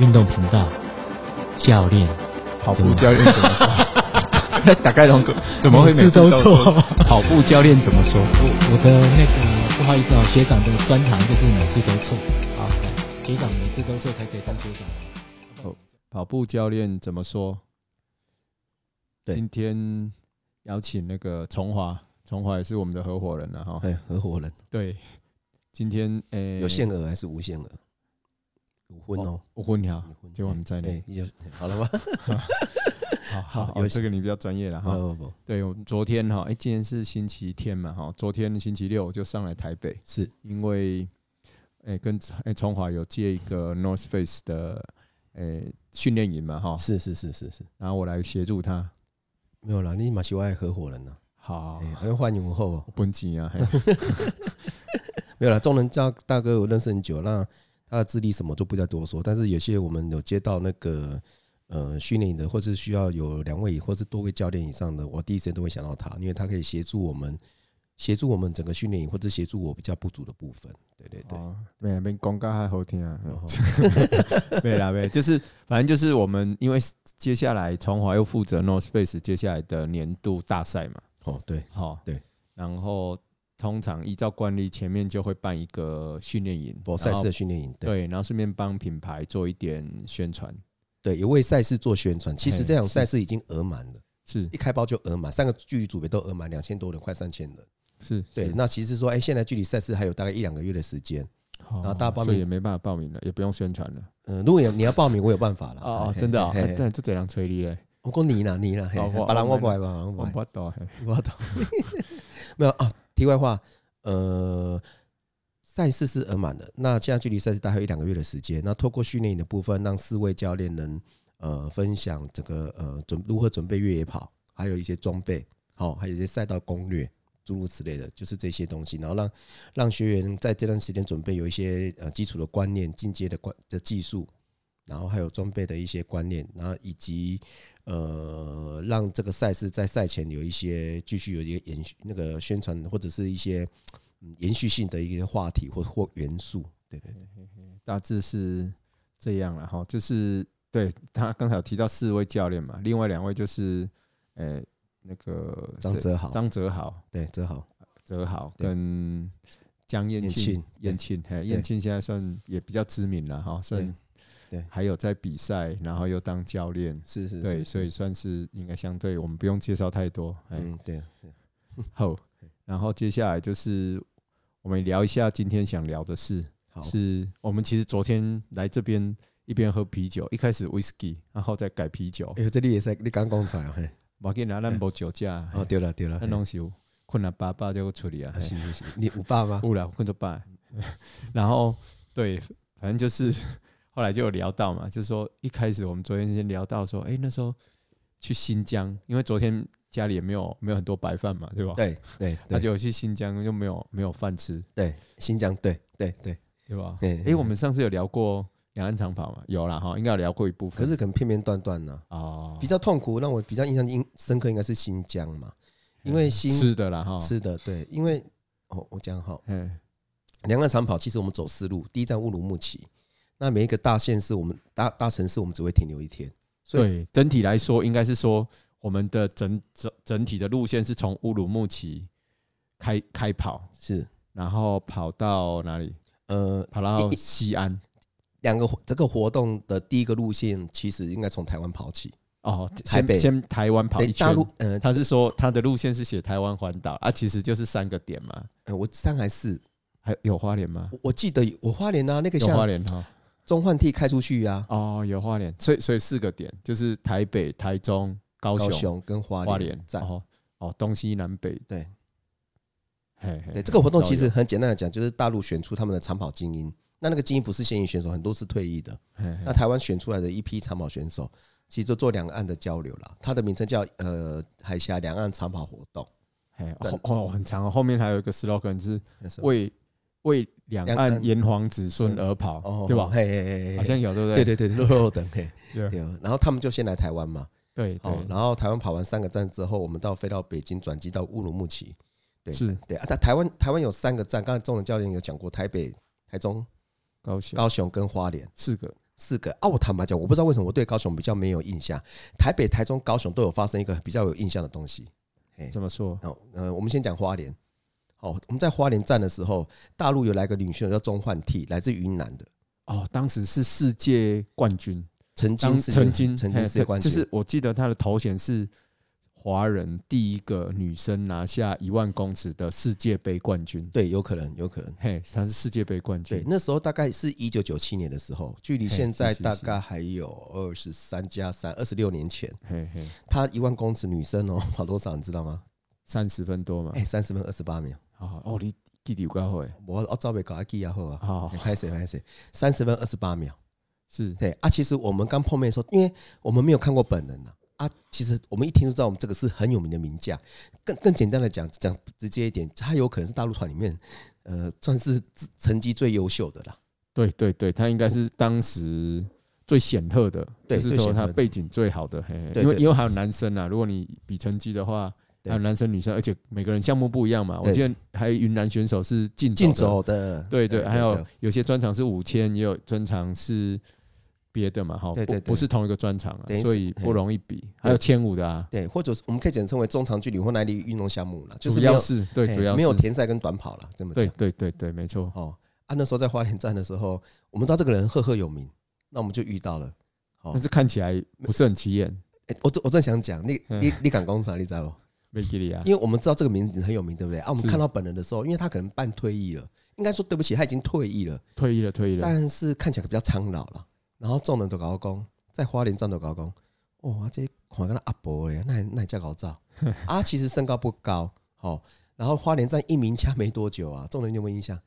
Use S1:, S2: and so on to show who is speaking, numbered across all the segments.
S1: 运动频道，教练
S2: 跑步教练怎么说？大概能怎么会每
S1: 每次都
S2: 说
S1: 错
S2: 跑步教练怎么说？
S1: 我我的那个不好意思哦，学长的专长就是每次都错。好，学长每次都错才可以当学长。
S3: 跑步教练怎么说？
S4: 对
S3: 今天邀请那个崇华，崇华也是我们的合伙人了啊哈。
S4: 哎，合伙人
S3: 对，今天诶、
S4: 有限额还是无限额？五婚哦，
S3: 我混淆
S4: 五，婚
S3: 结果我们在内
S4: 哎，有 好了吗？
S3: 好好
S4: 好
S3: 哦
S4: 有嗯
S3: 这个你比较专业了哈。
S4: 不不不，
S3: 对，我们昨天哈，哎、今天是星期天嘛哈，昨天星期六我就上来台北，
S4: 是
S3: 因为哎、跟哎崇华有借一个 North Face 的哎训练营嘛哈，
S4: 是是是是是，
S3: 然后我来协助他。
S4: 没有啦，你马喜欢合伙人呐，
S3: 好，
S4: 哎，好像欢迎我后哦。
S3: 本级啊，嘿
S4: 没有啦，众人大大哥我认识很久，那他的资历什么就不再多说。但是有些我们有接到那个呃训练营的，或是需要有两位或是多位教练以上的，我第一时间都会想到他，因为他可以协助我们协助我们整个训练营，或者协助我比较不足的部分。对对哦对，
S3: 哦，没有，没广告还好听啊，
S4: 然后
S3: 没啦没，就是反正就是我们因为接下来崇华又负责 North Face 接下来的年度大赛嘛，
S4: 哦对，
S3: 好、哦、
S4: 对，
S3: 然后通常依照惯例前面就会办一个训练营，
S4: 我赛
S3: 然后
S4: 事的训练营，对
S3: 对，然后顺便帮品牌做一点宣传，
S4: 对，也为赛事做宣传。其实
S3: 嘿
S4: 这场
S3: 是
S4: 赛事已经额满了，
S3: 是
S4: 一开包就额满，三个距离组别都额满两千多人，快三千人。
S3: 是，
S4: 对，那其实说，哎，现在距离赛事还有大概一两个月的时间。
S3: 然
S4: 然后大家报名
S3: 哦也没办法报名了，也不用宣传了，
S4: 嗯，如果有你要报名，我有办法了。
S3: 哦哦，
S4: 嘿
S3: 真的啊、哦，
S4: 嘿嘿
S3: 哎 但就这样吹力嘞，
S4: 我讲你啦，你啦，嘿
S3: 哦我
S4: 把人我
S3: 我
S4: 拐吧，把人
S3: 我
S4: 我
S3: 不懂，嘿
S4: 拐，我懂。 没有啊，题外话，呃，赛事是额满的，那现在距离赛事大概有一两个月的时间，那透过训练营的部分，让四位教练能呃分享整个呃准如何准备越野跑，还有一些装备，好、还有一些赛道攻略。诸如此类的，就是这些东西，然后让让学员在这段时间准备有一些呃基础的观念、进阶的观的技术，然后还有装备的一些观念，然后以及呃，让这个赛事在赛前有一些继续有一个延续那个宣传或者是一些嗯延续性的一个话题或或元素，对对对，
S3: 大致是这样了哈，就是对他刚才有提到四位教练嘛，另外两位就是呃、那个
S4: 张
S3: 谁
S4: 泽豪，
S3: 张泽豪、
S4: 对泽豪，
S3: 泽豪
S4: 对
S3: 跟江燕
S4: 燕
S3: 庆
S4: 庆、
S3: 燕庆，嘿，燕庆现在算也比较知名了哈，算
S4: 对对
S3: 还有在比赛，然后又当教练，
S4: 是是，
S3: 对，
S4: 是
S3: 所以算是应该相对我们不用介绍太多，哎，
S4: 嗯对，
S3: 后，然后接下来就是我们聊一下今天想聊的事，
S4: 好
S3: 是我们其实昨天来这边一边喝啤酒，一开始 whisky，然后再改啤酒
S4: 哎，呦，这里也是你刚讲出来啊嘿，
S3: 我给拿那波酒驾，
S4: 哦对了对了，
S3: 那
S4: 嘿
S3: 东西困难爸爸就处理啊
S4: 啊，行行行，你五爸吗？
S3: 不了困着爸， 然后对，反正就是 后来就有聊到嘛，就是说一开始我们昨天先聊到说，哎、那时候去新疆，因为昨天家里也没有没有很多白饭嘛，对吧？
S4: 对对
S3: 他
S4: 对
S3: 就去新疆就没有没有饭吃，
S4: 对，新疆对对对，
S3: 对吧？
S4: 哎
S3: 哎、我们上次有聊过两岸长跑嘛？有啦哈，应该有聊过一部分。
S4: 可是可能片片段段呢，
S3: 哦，
S4: 啊比较痛苦，让我比较印象印深刻应该是新疆嘛，因为新
S3: 吃的啦哈，
S4: 吃哦的对，因为哦我讲好。
S3: 嗯，
S4: 两岸长跑其实我们走四路，第一站乌鲁木齐，那每一个大县市我们大大城市我们只会停留一天，所以
S3: 对，整体来说应该是说我们的整整整体的路线是从乌鲁木齐开开跑，
S4: 是
S3: 然后跑到哪里？
S4: 呃
S3: 跑到西安
S4: 两个活这个活动的第一个路线其实应该从台湾跑起，
S3: 哦，
S4: 台
S3: 先
S4: 北
S3: 先台湾跑
S4: 对
S3: 一
S4: 大
S3: 圈。
S4: 陆呃
S3: 他是说他的路线是写台湾环岛啊，其实就是三个点嘛。
S4: 呃我三还是
S3: 还有花莲吗？
S4: 我我记得我花莲啊那个
S3: 有花
S4: 像
S3: 莲哈。
S4: 中换地开出去啊，
S3: 哦，有花莲，所以所以四个点就是台北、台中、高雄、
S4: 高雄跟花
S3: 花
S4: 莲
S3: 莲
S4: 站，
S3: 哦哦，东西南北
S4: 对
S3: 嘿嘿
S4: 对这个活动
S3: 都
S4: 其实
S3: 有
S4: 很简单的讲，就是大陆选出他们的长跑精英，那那个精英不是现役选手，很多是退役的。
S3: 嘿嘿
S4: 那台湾选出来的一批长跑选手，其实就做两岸的交流啦。它的名称叫呃海峡两岸长跑活动，
S3: 嘿
S4: 对
S3: 后哦很长哦，后面还有一个 slogan 是
S4: 那是
S3: 为为两
S4: 两
S3: 岸
S4: 岸
S3: 炎黄子孙
S4: 是
S3: 而跑
S4: 哦，，
S3: 对吧？
S4: 嘿嘿嘿嘿，
S3: 好像有对不
S4: 对
S3: 对
S4: 对对，肉肉等嘿，
S3: 对
S4: 对。啊然后他们就先来台湾嘛，
S3: 对
S4: 哦，
S3: 对，
S4: 然后台湾跑完三个站之后，我们到飞到北京，转机到乌鲁木齐，对
S3: 是
S4: 对啊。在台湾台湾有三个站，刚才众人教练有讲过，台北、台中、
S3: 高雄
S4: 高雄跟花莲。
S3: 四个
S4: 四个啊，我坦白讲，我不知道为什么我对高雄比较没有印象，台北、台中、高雄都有发生一个比较有印象的东西。
S3: 怎么说？
S4: 好，呃，我们先讲花莲。好，我们在花莲站的时候，大陆有来个女选手叫钟焕娣，来自云南的，
S3: 哦，当时是世界冠军，
S4: 曾经
S3: 当
S4: 是
S3: 曾经
S4: 曾经
S3: 嘿
S4: 世界冠军，
S3: 就是我记得她的头衔是华人第一个女生拿下一万公尺的世界杯冠军。
S4: 对，有可能，有可能。
S3: 嘿，她是世界杯冠
S4: 对
S3: 军，。
S4: 那时候大概是一九九七年的时候，距离
S3: 嘿
S4: 现
S3: 是
S4: 在
S3: 是
S4: 大
S3: 是
S4: 概还有二十三加三，二十六年前，
S3: 嘿嘿，
S4: 她一万公尺女生哦， 跑多少你知道吗？
S3: 三十分多嘛。
S4: 哎，三十分二十八秒，
S3: 好哦，你弟弟有够会，
S4: 我我照北搞阿基亚后啊，
S3: 好
S4: 哎拍谁拍谁，三十分二十八秒。
S3: 是
S4: 对啊，其实我们刚碰面的时候，因为我们没有看过本人呐、啊，其实我们一听就知道我们这个是很有名的名将。更更简单的讲，讲直接一点，他有可能是大陆团里面，呃，算是自成绩最优秀的啦。
S3: 对对对，她应该是当时最显赫的，
S4: 对
S3: 就是
S4: 最
S3: 说
S4: 显
S3: 她
S4: 赫的
S3: 背景最好的，嘿嘿，
S4: 对
S3: 因为
S4: 对
S3: 因为还有男生啊，如果你比成绩的话，
S4: 对
S3: 还有男生女生，而且每个人项目不一样嘛。我
S4: 对
S3: 记得还有云南选手是竞
S4: 竞
S3: 走的
S4: 走的，
S3: 对对，还有
S4: 哎对
S3: 有些专场是五千，也有专场是别的嘛，哈，
S4: 对对
S3: 不
S4: 对
S3: 不是同一个专场啊
S4: 等于，是
S3: 所以不容易比。还有千五的啊，
S4: 对，或者是我们可以简称为中长距离或耐力运动项目啦，就是
S3: 主
S4: 没有
S3: 要是对，
S4: 嘿
S3: 主要是
S4: 没有田赛跟短跑啦，这么
S3: 对
S4: 讲。
S3: 对对对，没错，
S4: 哦，啊，那时候在花莲站的时候，我们知道这个人赫赫有名，那我们就遇到了。哦
S3: 但是看起来不是很起眼，
S4: 哎，我正我正想讲，你
S3: 嗯
S4: 你你敢攻啥？你知道不？
S3: 贝吉利啊，
S4: 因为我们知道这个名字很有名，对不对？啊，我们
S3: 是
S4: 看到本人的时候，因为他可能半退役了，应该说对不起，他已经退役了，
S3: 退役了，退役了，
S4: 但是看起来比较苍老了。然后众人都搞讲，在花莲站都搞讲，哇、啊，这看跟阿伯嘞，那那叫搞照啊，其实身高不高，好、然后花莲站一鸣枪没多久啊，众人有没有印象？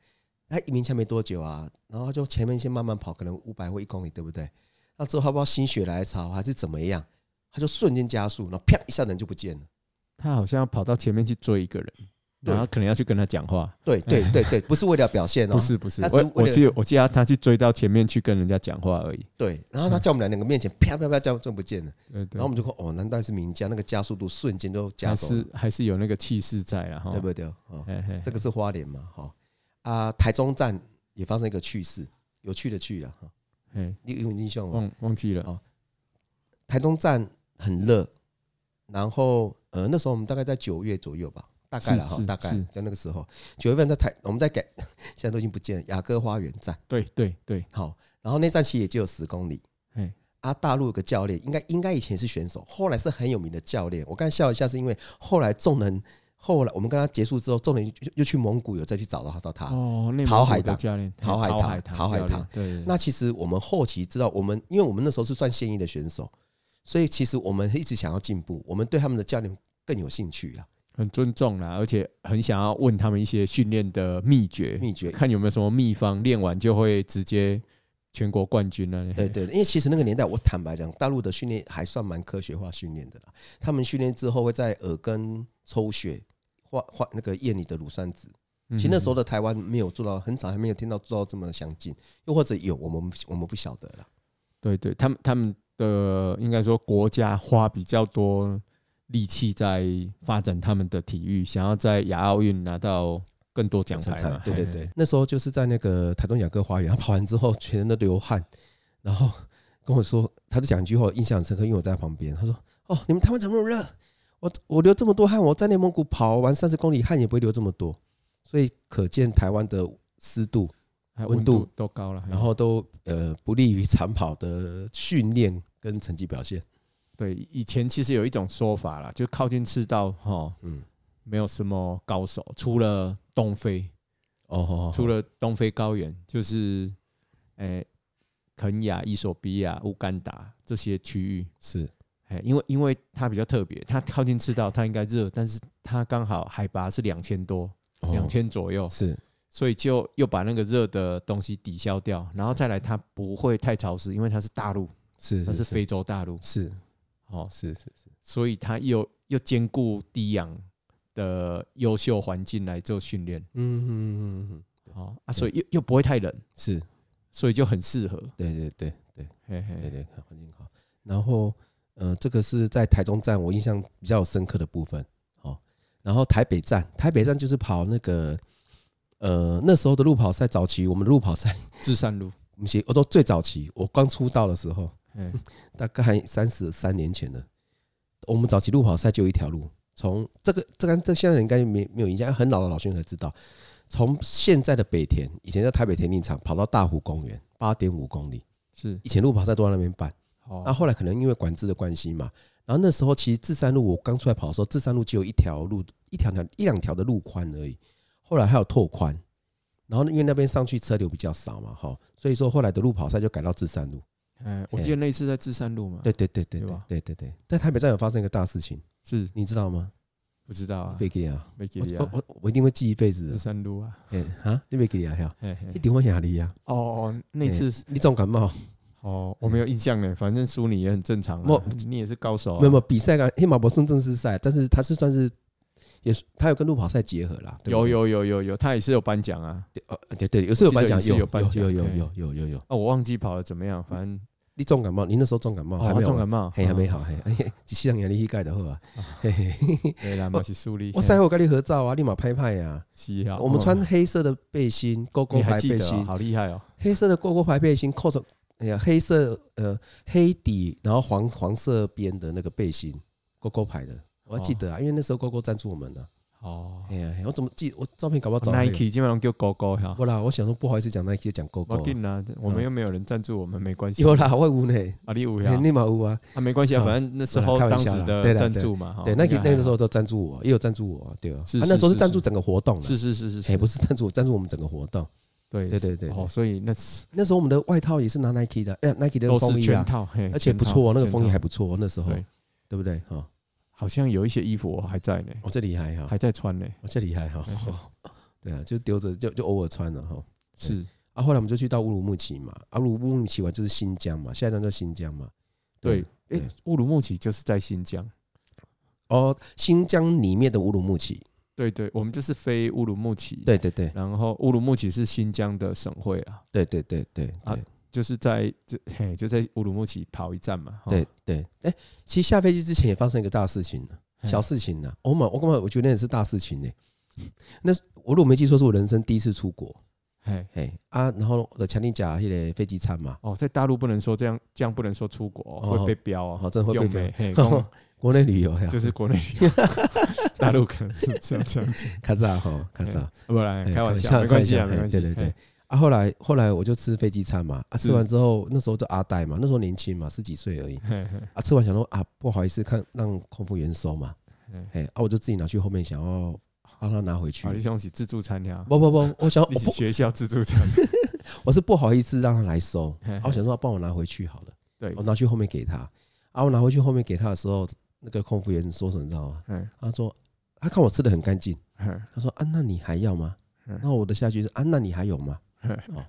S4: 他一鸣枪没多久啊，然后他就前面先慢慢跑，可能五百或一公里，对不对？那之后他不知道心血来潮还是怎么样，他就瞬间加速，然后啪一下人就不见了。
S3: 他好像要跑到前面去追一个人，
S4: 对
S3: 然后可能要去跟他讲话，
S4: 对对对对，不是为了表现哦，
S3: 哎不是不是
S4: 他，只是
S3: 我
S4: 为
S3: 我
S4: 了
S3: 记得我记得他去追到前面去跟人家讲话而已，
S4: 对。然后他在我们两个面前啪啪啪叫就不见了，
S3: 嗯对对
S4: 然后我们就说哦，难道是名家？那个加速度瞬间都加
S3: 还
S4: 速了
S3: 是，哎还是有那个气势在了哈，
S4: 对不对？哦，
S3: 嘿？嘿
S4: 这个是花莲嘛，哈啊，台中站也发生一个趣事，有趣的趣啊，哈，
S3: 嘿，
S4: 你有印象吗？
S3: 忘忘记
S4: 哦
S3: 了，
S4: 台中站很热，然后呃，那时候我们大概在九月左右吧，大概了
S3: 是
S4: 哈
S3: 是，
S4: 大概
S3: 是
S4: 在那个时候，九月份在台，我们在改， 现在都已经不见了，雅戈花园站。
S3: 对对对，
S4: 好，然后那站其实也只有十公里
S3: 嘿。
S4: 啊，大陆有个教练，应该应该以前是选手，后来是很有名的教练。我刚才笑一下，是因为后来众人，后来我们跟他结束之后，众人又又又去蒙古，有再去找到他到他。
S3: 哦，内蒙
S4: 陶海
S3: 古的
S4: 棠
S3: 教练，
S4: 陶海棠
S3: 海
S4: 陶海
S3: 教练
S4: 棠
S3: 对，对
S4: 那其实我们后期知道，我们因为我们那时候是算现役的选手，所以其实我们一直想要进步，我们对他们的教练更有兴趣啊。
S3: 很尊重啦，而且很想要问他们一些训练的秘诀，
S4: 秘诀
S3: 看有没有什么秘方，练完就会直接全国冠军啊呢、
S4: 对对，因为其实那个年代，我坦白讲，大陆的训练还算蛮科学化训练的啦。他们训练之后会在耳根抽血，换换那个验你的乳酸值。
S3: 嗯，
S4: 其实那时候的台湾没有做到，很少还没有听到做到这么详尽，又或者有我们我们不晓得了。
S3: 对对，他们他们的应该说国家花比较多力气在发展他们的体育，想要在亚奥运拿到更多奖牌嘛，
S4: 对对
S3: 嘿
S4: 对，，那时候就是在那个台东雅各花园，他跑完之后全身都流汗，然后跟我说，他就讲一句话，我印象很深刻，因为我在旁边，他说：“哦，你们台湾怎么那么热？我我流这么多汗，我在内蒙古跑完三十公里，汗也不会流这么多。”所以可见台湾的湿度，
S3: 还有
S4: 温
S3: 哎温度
S4: 度
S3: 都高了，嘿哎
S4: 然后都呃不利于长跑的训练跟成绩表现。
S3: 对以前其实有一种说法啦，就靠近赤道哈、齁
S4: 嗯，
S3: 没有什么高手，除了东非。
S4: 哦哦
S3: 除了东非高原，就是诶、肯雅、伊索比亚、乌干达这些区域。
S4: 是
S3: 哎、因为因为它比较特别，它靠近赤道，它应该热，但是它刚好海拔是两千多，
S4: 哦
S3: 两千左右，
S4: 是
S3: 所以就又把那个热的东西抵消掉，然后再来它不会太潮湿，因为它是大陆，
S4: 是
S3: 它是非洲大陆，
S4: 是
S3: 哦，
S4: 是是是
S3: 所以它又又兼顾低氧的优秀环境来做训练，
S4: 嗯嗯嗯
S3: 哦啊，所以又又不会太冷，
S4: 是
S3: 所以就很适合，
S4: 对对对对
S3: 嘿嘿
S4: 对对，环境好。然后呃，这个是在台中站我印象比较深刻的部分哦。然后台北站，台北站就是跑那个呃那时候的路跑赛，早期我们的路跑赛
S3: 至善路，
S4: 我们写，我都最早期，我刚出道的时候，
S3: 哎，
S4: 大概三十三年前了。我们早期路跑赛就有一条路，从这个这个这现在人应该没没有印象，很老的老兄才知道，从现在的北田，以前叫台北田径场，跑到大湖公园，八点五公里。
S3: 是
S4: 以前路跑赛都在那边办，
S3: 哦
S4: 那后来可能因为管制的关系嘛，然后那时候其实自山路我刚出来跑的时候，自山路只有一条路，一条条一两条的路宽而已，后来还有拓宽，然后因为那边上去车流比较少嘛，哈，所以说后来的路跑赛就改到自山路。
S3: 哎，我记得那一次在芝山路嘛，
S4: 对，对对
S3: 对
S4: 对对
S3: 吧
S4: 对对对，在台北站有发生一个大事情，
S3: 是
S4: 你知道吗？
S3: 不知道啊，
S4: 贝吉利亚，
S3: 没给
S4: 我
S3: 力啊
S4: 我，我我一定会记一辈子
S3: 芝
S4: 的。
S3: 山路啊，
S4: 哎啊，你贝吉利亚呀，
S3: 嘿嘿
S4: 一定会压力呀，
S3: 哦哦，那一次是
S4: 你总感冒，
S3: 哦，我没有印象呢，反正输你也很正常啊
S4: 我，
S3: 你也是高手啊，
S4: 没有没有比赛啊，黑马不算正式赛，但是它是算是也是它有跟路跑赛结合啦。对
S3: 有
S4: 不对
S3: 有有有有，他也是有颁奖啊，
S4: 呃，对对，有时候有颁
S3: 我
S4: 奖，
S3: 记得
S4: 有
S3: 有颁奖
S4: 有有
S3: 嘿
S4: 有有有有。
S3: 哦，我忘记跑了怎么样，反正
S4: 你重感冒，你那时候重感冒还
S3: 哦，
S4: 没
S3: 他
S4: 有
S3: 重
S4: 吧，
S3: 感冒，
S4: 嘿还没
S3: 啊，
S4: 好嘿，哎，只是让压力膝盖的好啊
S3: 啊。
S4: 嘿嘿嘿嘿
S3: 对啦，嘛是输你，
S4: 我赛后跟你合照啊，立马拍拍呀。
S3: 是啊，
S4: 我们穿
S3: 哦
S4: 黑色的背心，勾勾
S3: 你还
S4: 牌
S3: 记
S4: 背
S3: 得哦
S4: 心，
S3: 好厉害哦，
S4: 黑色的勾勾牌背心，扣着哎呀黑色呃黑底，然后黄黄色边的那个背心，勾勾牌的，我还记得啊，因为那时候勾勾赞助我们的、
S3: 哦
S4: 哎呀，嘿我怎么记我照片搞不好找哦回来
S3: ，Nike 基本上叫狗狗哈，
S4: 我啦，我想说不好意思讲 Nike 讲勾勾
S3: 我
S4: 啊、
S3: 定啦，这我们又没有人赞助我们，没关系，
S4: 有啦，我有呢，
S3: 啊，你五呀
S4: 嘿，你嘛有啊，
S3: 啊，没关系啊，
S4: 啊
S3: 反正那时
S4: 好
S3: 候
S4: 啦开玩
S3: 当
S4: 笑啦
S3: 时的
S4: 对啦
S3: 赞助嘛，哈啊
S4: 对，Nike 那个时
S3: 候
S4: 候都赞助我，也有赞助我啊，对啊，
S3: 是
S4: 啊
S3: 是
S4: 那时候
S3: 是
S4: 是赞助
S3: 是
S4: 整个活动啦，
S3: 是是是是
S4: 哎、不是赞助，赞助我们整个活动。
S3: 对
S4: 对对对
S3: 哦，所以那次
S4: 那时候我们的外套也是拿 Nike 的，哎、n i k e 的
S3: 都
S4: 风
S3: 哦是
S4: 衣
S3: 全
S4: 啊，
S3: 套，嘿
S4: 而且不错、哦，那个风衣还不错、哦，那时候，
S3: 对
S4: 对不对？哈、哦，
S3: 好像有一些衣服我还在呢，
S4: 我、这厉害哈、哦
S3: 还在穿呢，
S4: 我这厉害哈、 对啊，就丢着就就偶尔穿了哈、
S3: 是
S4: 啊，后来我们就去到乌鲁木齐嘛，啊，乌鲁木齐完就是新疆嘛，下一站就新疆嘛。
S3: 对，
S4: 对
S3: 诶，乌鲁木齐就是在新疆，
S4: 哦，新疆里面的乌鲁木齐，
S3: 对对，我们就是飞乌鲁木齐，，
S4: 对对对
S3: 然后乌鲁木齐是新疆的省会啦，
S4: 对对对对对、
S3: 啊就是在就嘿就在乌鲁木齐跑一站嘛，哦哈
S4: 对，对。哎、其实下飞机之前也发生一个大事情呢、
S3: 嘿
S4: 小事情呢、我嘛，我干嘛？我觉得也是大事情呢、那是我如果没记错，是我人生第一次出国。
S3: 嘿。
S4: 嘿啊，然后我的强力甲迄个飞机餐嘛，
S3: 哦，在大陆不能说这样，这样不能说出国哦、
S4: 哦
S3: 会被标哦，
S4: 哦真的会被标
S3: 用没嘿， 讲
S4: 国内旅游呀，
S3: 就是国内旅游， 大陆可能是这样这样子，
S4: 卡扎哈，卡扎，
S3: 啊不然
S4: 嘿
S3: 开玩笑，没关系啊，
S4: 嘿
S3: 没关系，嗯
S4: 对对对
S3: 嘿，。
S4: 啊，后来后来我就吃飞机餐嘛，啊，
S3: 是
S4: 吃完之后那时候就阿呆嘛，那时候年轻嘛，十几岁而已，
S3: 嘿 嘿
S4: 啊，吃完想说啊，不好意思，看让空服员收嘛
S3: 嗯，
S4: 哎，啊，我就自己拿去后面想要帮他拿回去
S3: 好，，你想是自助餐呀？
S4: 不不不，我想
S3: 你
S4: 我
S3: 是
S4: 不
S3: 学校自助餐，
S4: 我是不好意思让他来收，
S3: 嘿
S4: 啊，我想说帮我拿回去好了，
S3: 对
S4: 我，拿去后面给他，啊，我拿回去后面给他的时候，那个空服员说什么你知道吗？
S3: 嗯
S4: 他说他看我吃的很干净，
S3: 嗯
S4: 他说啊，那你还要吗？
S3: 嗯
S4: 那我的下句是啊，那你还有吗？
S3: 嗯
S4: 哦，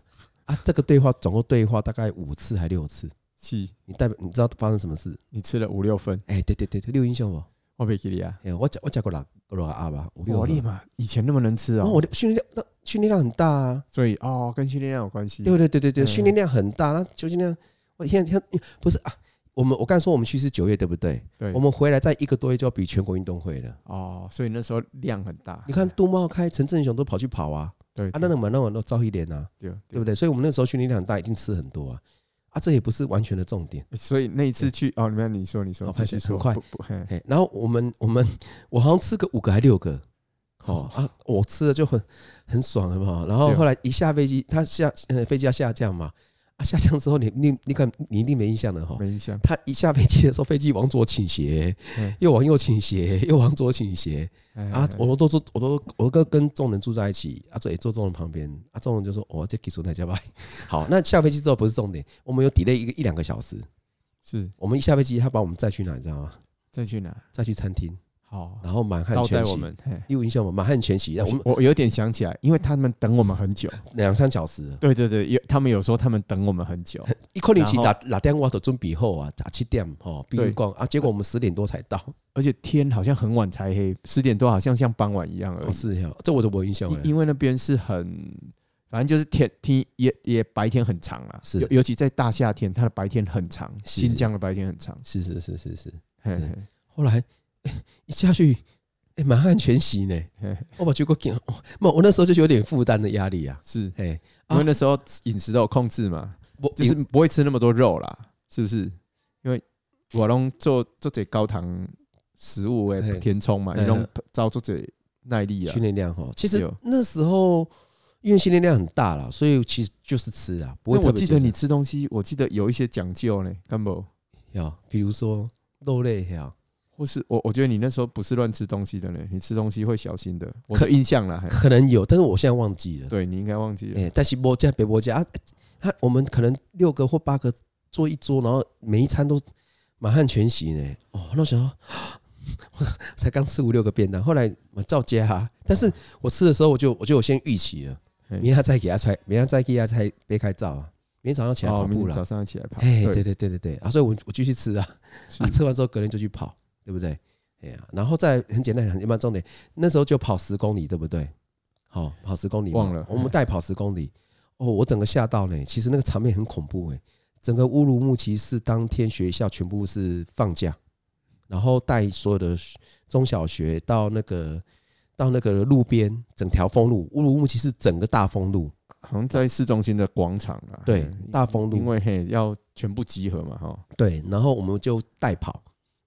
S4: 啊，这个对话总共对话大概五次还六次，
S3: 是，
S4: 你代表你知道发生什么事？
S3: 你吃了五六分，
S4: 哎、对对对对，六英雄哦，
S3: 我没给你啊。
S4: 哎、我讲我讲过哪哪个阿吧，我
S3: 我立
S4: 然
S3: 马以前那么能吃
S4: 后我
S3: 哦，
S4: 的训练量那训练量很大啊，
S3: 所以哦，跟训练量有关系。
S4: 对对对对对，
S3: 嗯
S4: 训练量很大，那究竟量我现在 不是啊，我们我刚才说我们去是九月对不对？
S3: 对
S4: 我，们回来再一个多月就要比全国运动会了。
S3: 哦，所以那时候量很大。
S4: 你看杜茂开、陈振雄都跑去跑啊，
S3: 对，
S4: 啊，
S3: 哎对
S4: 那我们那我都遭一脸啊，
S3: 对
S4: 对
S3: 对？
S4: 不对？所以我们那时候训练量很大，一定吃很多啊。啊，这也不是完全的重点。
S3: 所以那一次去哦，你看你说你说
S4: 哦，
S3: 继续说，
S4: 很快
S3: 不，不嘿
S4: 嘿，然后我们我们我好像吃个五个还六个，哦啊，我吃的就很很爽，很好。然后
S3: 对啊
S4: 后来一下飞机，他下呃飞机要下降嘛，啊下降之后你你你看你一定没印象了哈。
S3: 没印象。
S4: 他一下飞机的时候，飞机往左倾斜
S3: 嗯，
S4: 又往右倾斜，又往左倾斜，啊
S3: 啊！
S4: 我都坐，我都我都跟众人住在一起，啊，坐也坐众人旁边，啊，众人就说：“哦，这技术在家吧。”好，那下飞机之后不是重点，我们有 delay 一个一两个小时，
S3: 是
S4: 我们一下飞机，他把我们载去哪，你知道吗？
S3: 再去哪？
S4: 载去餐厅，
S3: 好，
S4: 然后满汉
S3: 招待
S4: 全席
S3: 我，们。嘿
S4: 你有印象吗？满汉全席，那我们
S3: 我有点想起来，因为他们等我们很 久。
S4: 两三小时，
S3: 对对对，有他们有说他们等我们很 久，
S4: 一可能是
S3: 然后
S4: 打打电话都准备后啊，打七点哦，必须
S3: 对
S4: 逛啊，结果我们十点多才到，
S3: 而且天好像很晚才黑，十点多好像像傍晚一样而
S4: 哦，
S3: 已。
S4: 是哦，这我都没有印象了
S3: 因。因为那边是很，反正就是天天也也白天很长啦，
S4: 是
S3: 尤尤其在大夏天，它的白天很长，
S4: 是
S3: 新疆的白天很长。
S4: 是是是是是，
S3: 嘿
S4: 是
S3: 嘿
S4: 后来、哎一下去，哎、满汉全席呢，
S3: 嘿
S4: 我把结果给，哦那我那时候就是有点负担的压力啊，
S3: 是
S4: 哎，
S3: 因为那时候饮食都有控制嘛，
S4: 我
S3: 就是不会吃那么多肉啦，是不是？因为我拢做做这高糖食物诶，
S4: 嘿
S3: 填充嘛，
S4: 嘿
S3: 你拢造做这耐力啊
S4: 训。练量哈，其实
S3: 有
S4: 那时候因为训练量很大了，所以其实就是吃啊，不会
S3: 但
S4: 特
S3: 我
S4: 别
S3: 记
S4: 节
S3: 得
S4: 制
S3: 你吃东西，我记得有一些讲究呢，干不？
S4: 呀，比如说肉类呀，
S3: 或是我我觉得你那时候不是乱吃东西的呢，你吃东西会小心的，我
S4: 可
S3: 的印象啦。嘿
S4: 可能有，但是我现在忘记了。
S3: 对你应该忘记了，
S4: 哎，但是波加北波加，啊他我们可能六个或八个坐一桌，然后每一餐都满汉全席呢。哦，那我想说，我才刚吃五六个便当，后来我照加、啊，但是我吃的时候我就我就有先预期了，
S3: 嘿
S4: 明天他再给他拆，明天再给他拆别开照啊，明天早上起来跑
S3: 哦，明
S4: 步
S3: 天
S4: 了
S3: 早。上要起来跑。
S4: 哎，对
S3: 对，
S4: 对对对对啊！所以我我继续吃啊，
S3: 是
S4: 啊，吃完之后隔天就去跑，对不对？哎呀，然后再很简单，很一般重点，那时候就跑十公里，对不对？好、跑十公里嘛，
S3: 忘了嗯
S4: 我们带跑十公里。哦，我整个吓到嘞，其实那个场面很恐怖哎，整个乌鲁木齐市当天学校全部是放假，然后带所有的中小学到那个到那个路边，整条封路，乌鲁木齐是整个大封路，
S3: 好像在市中心的广场啦。
S4: 对
S3: 嘿，
S4: 大封路
S3: 因，为嘿要全部集合嘛，哈，
S4: 对，然后我们就带跑，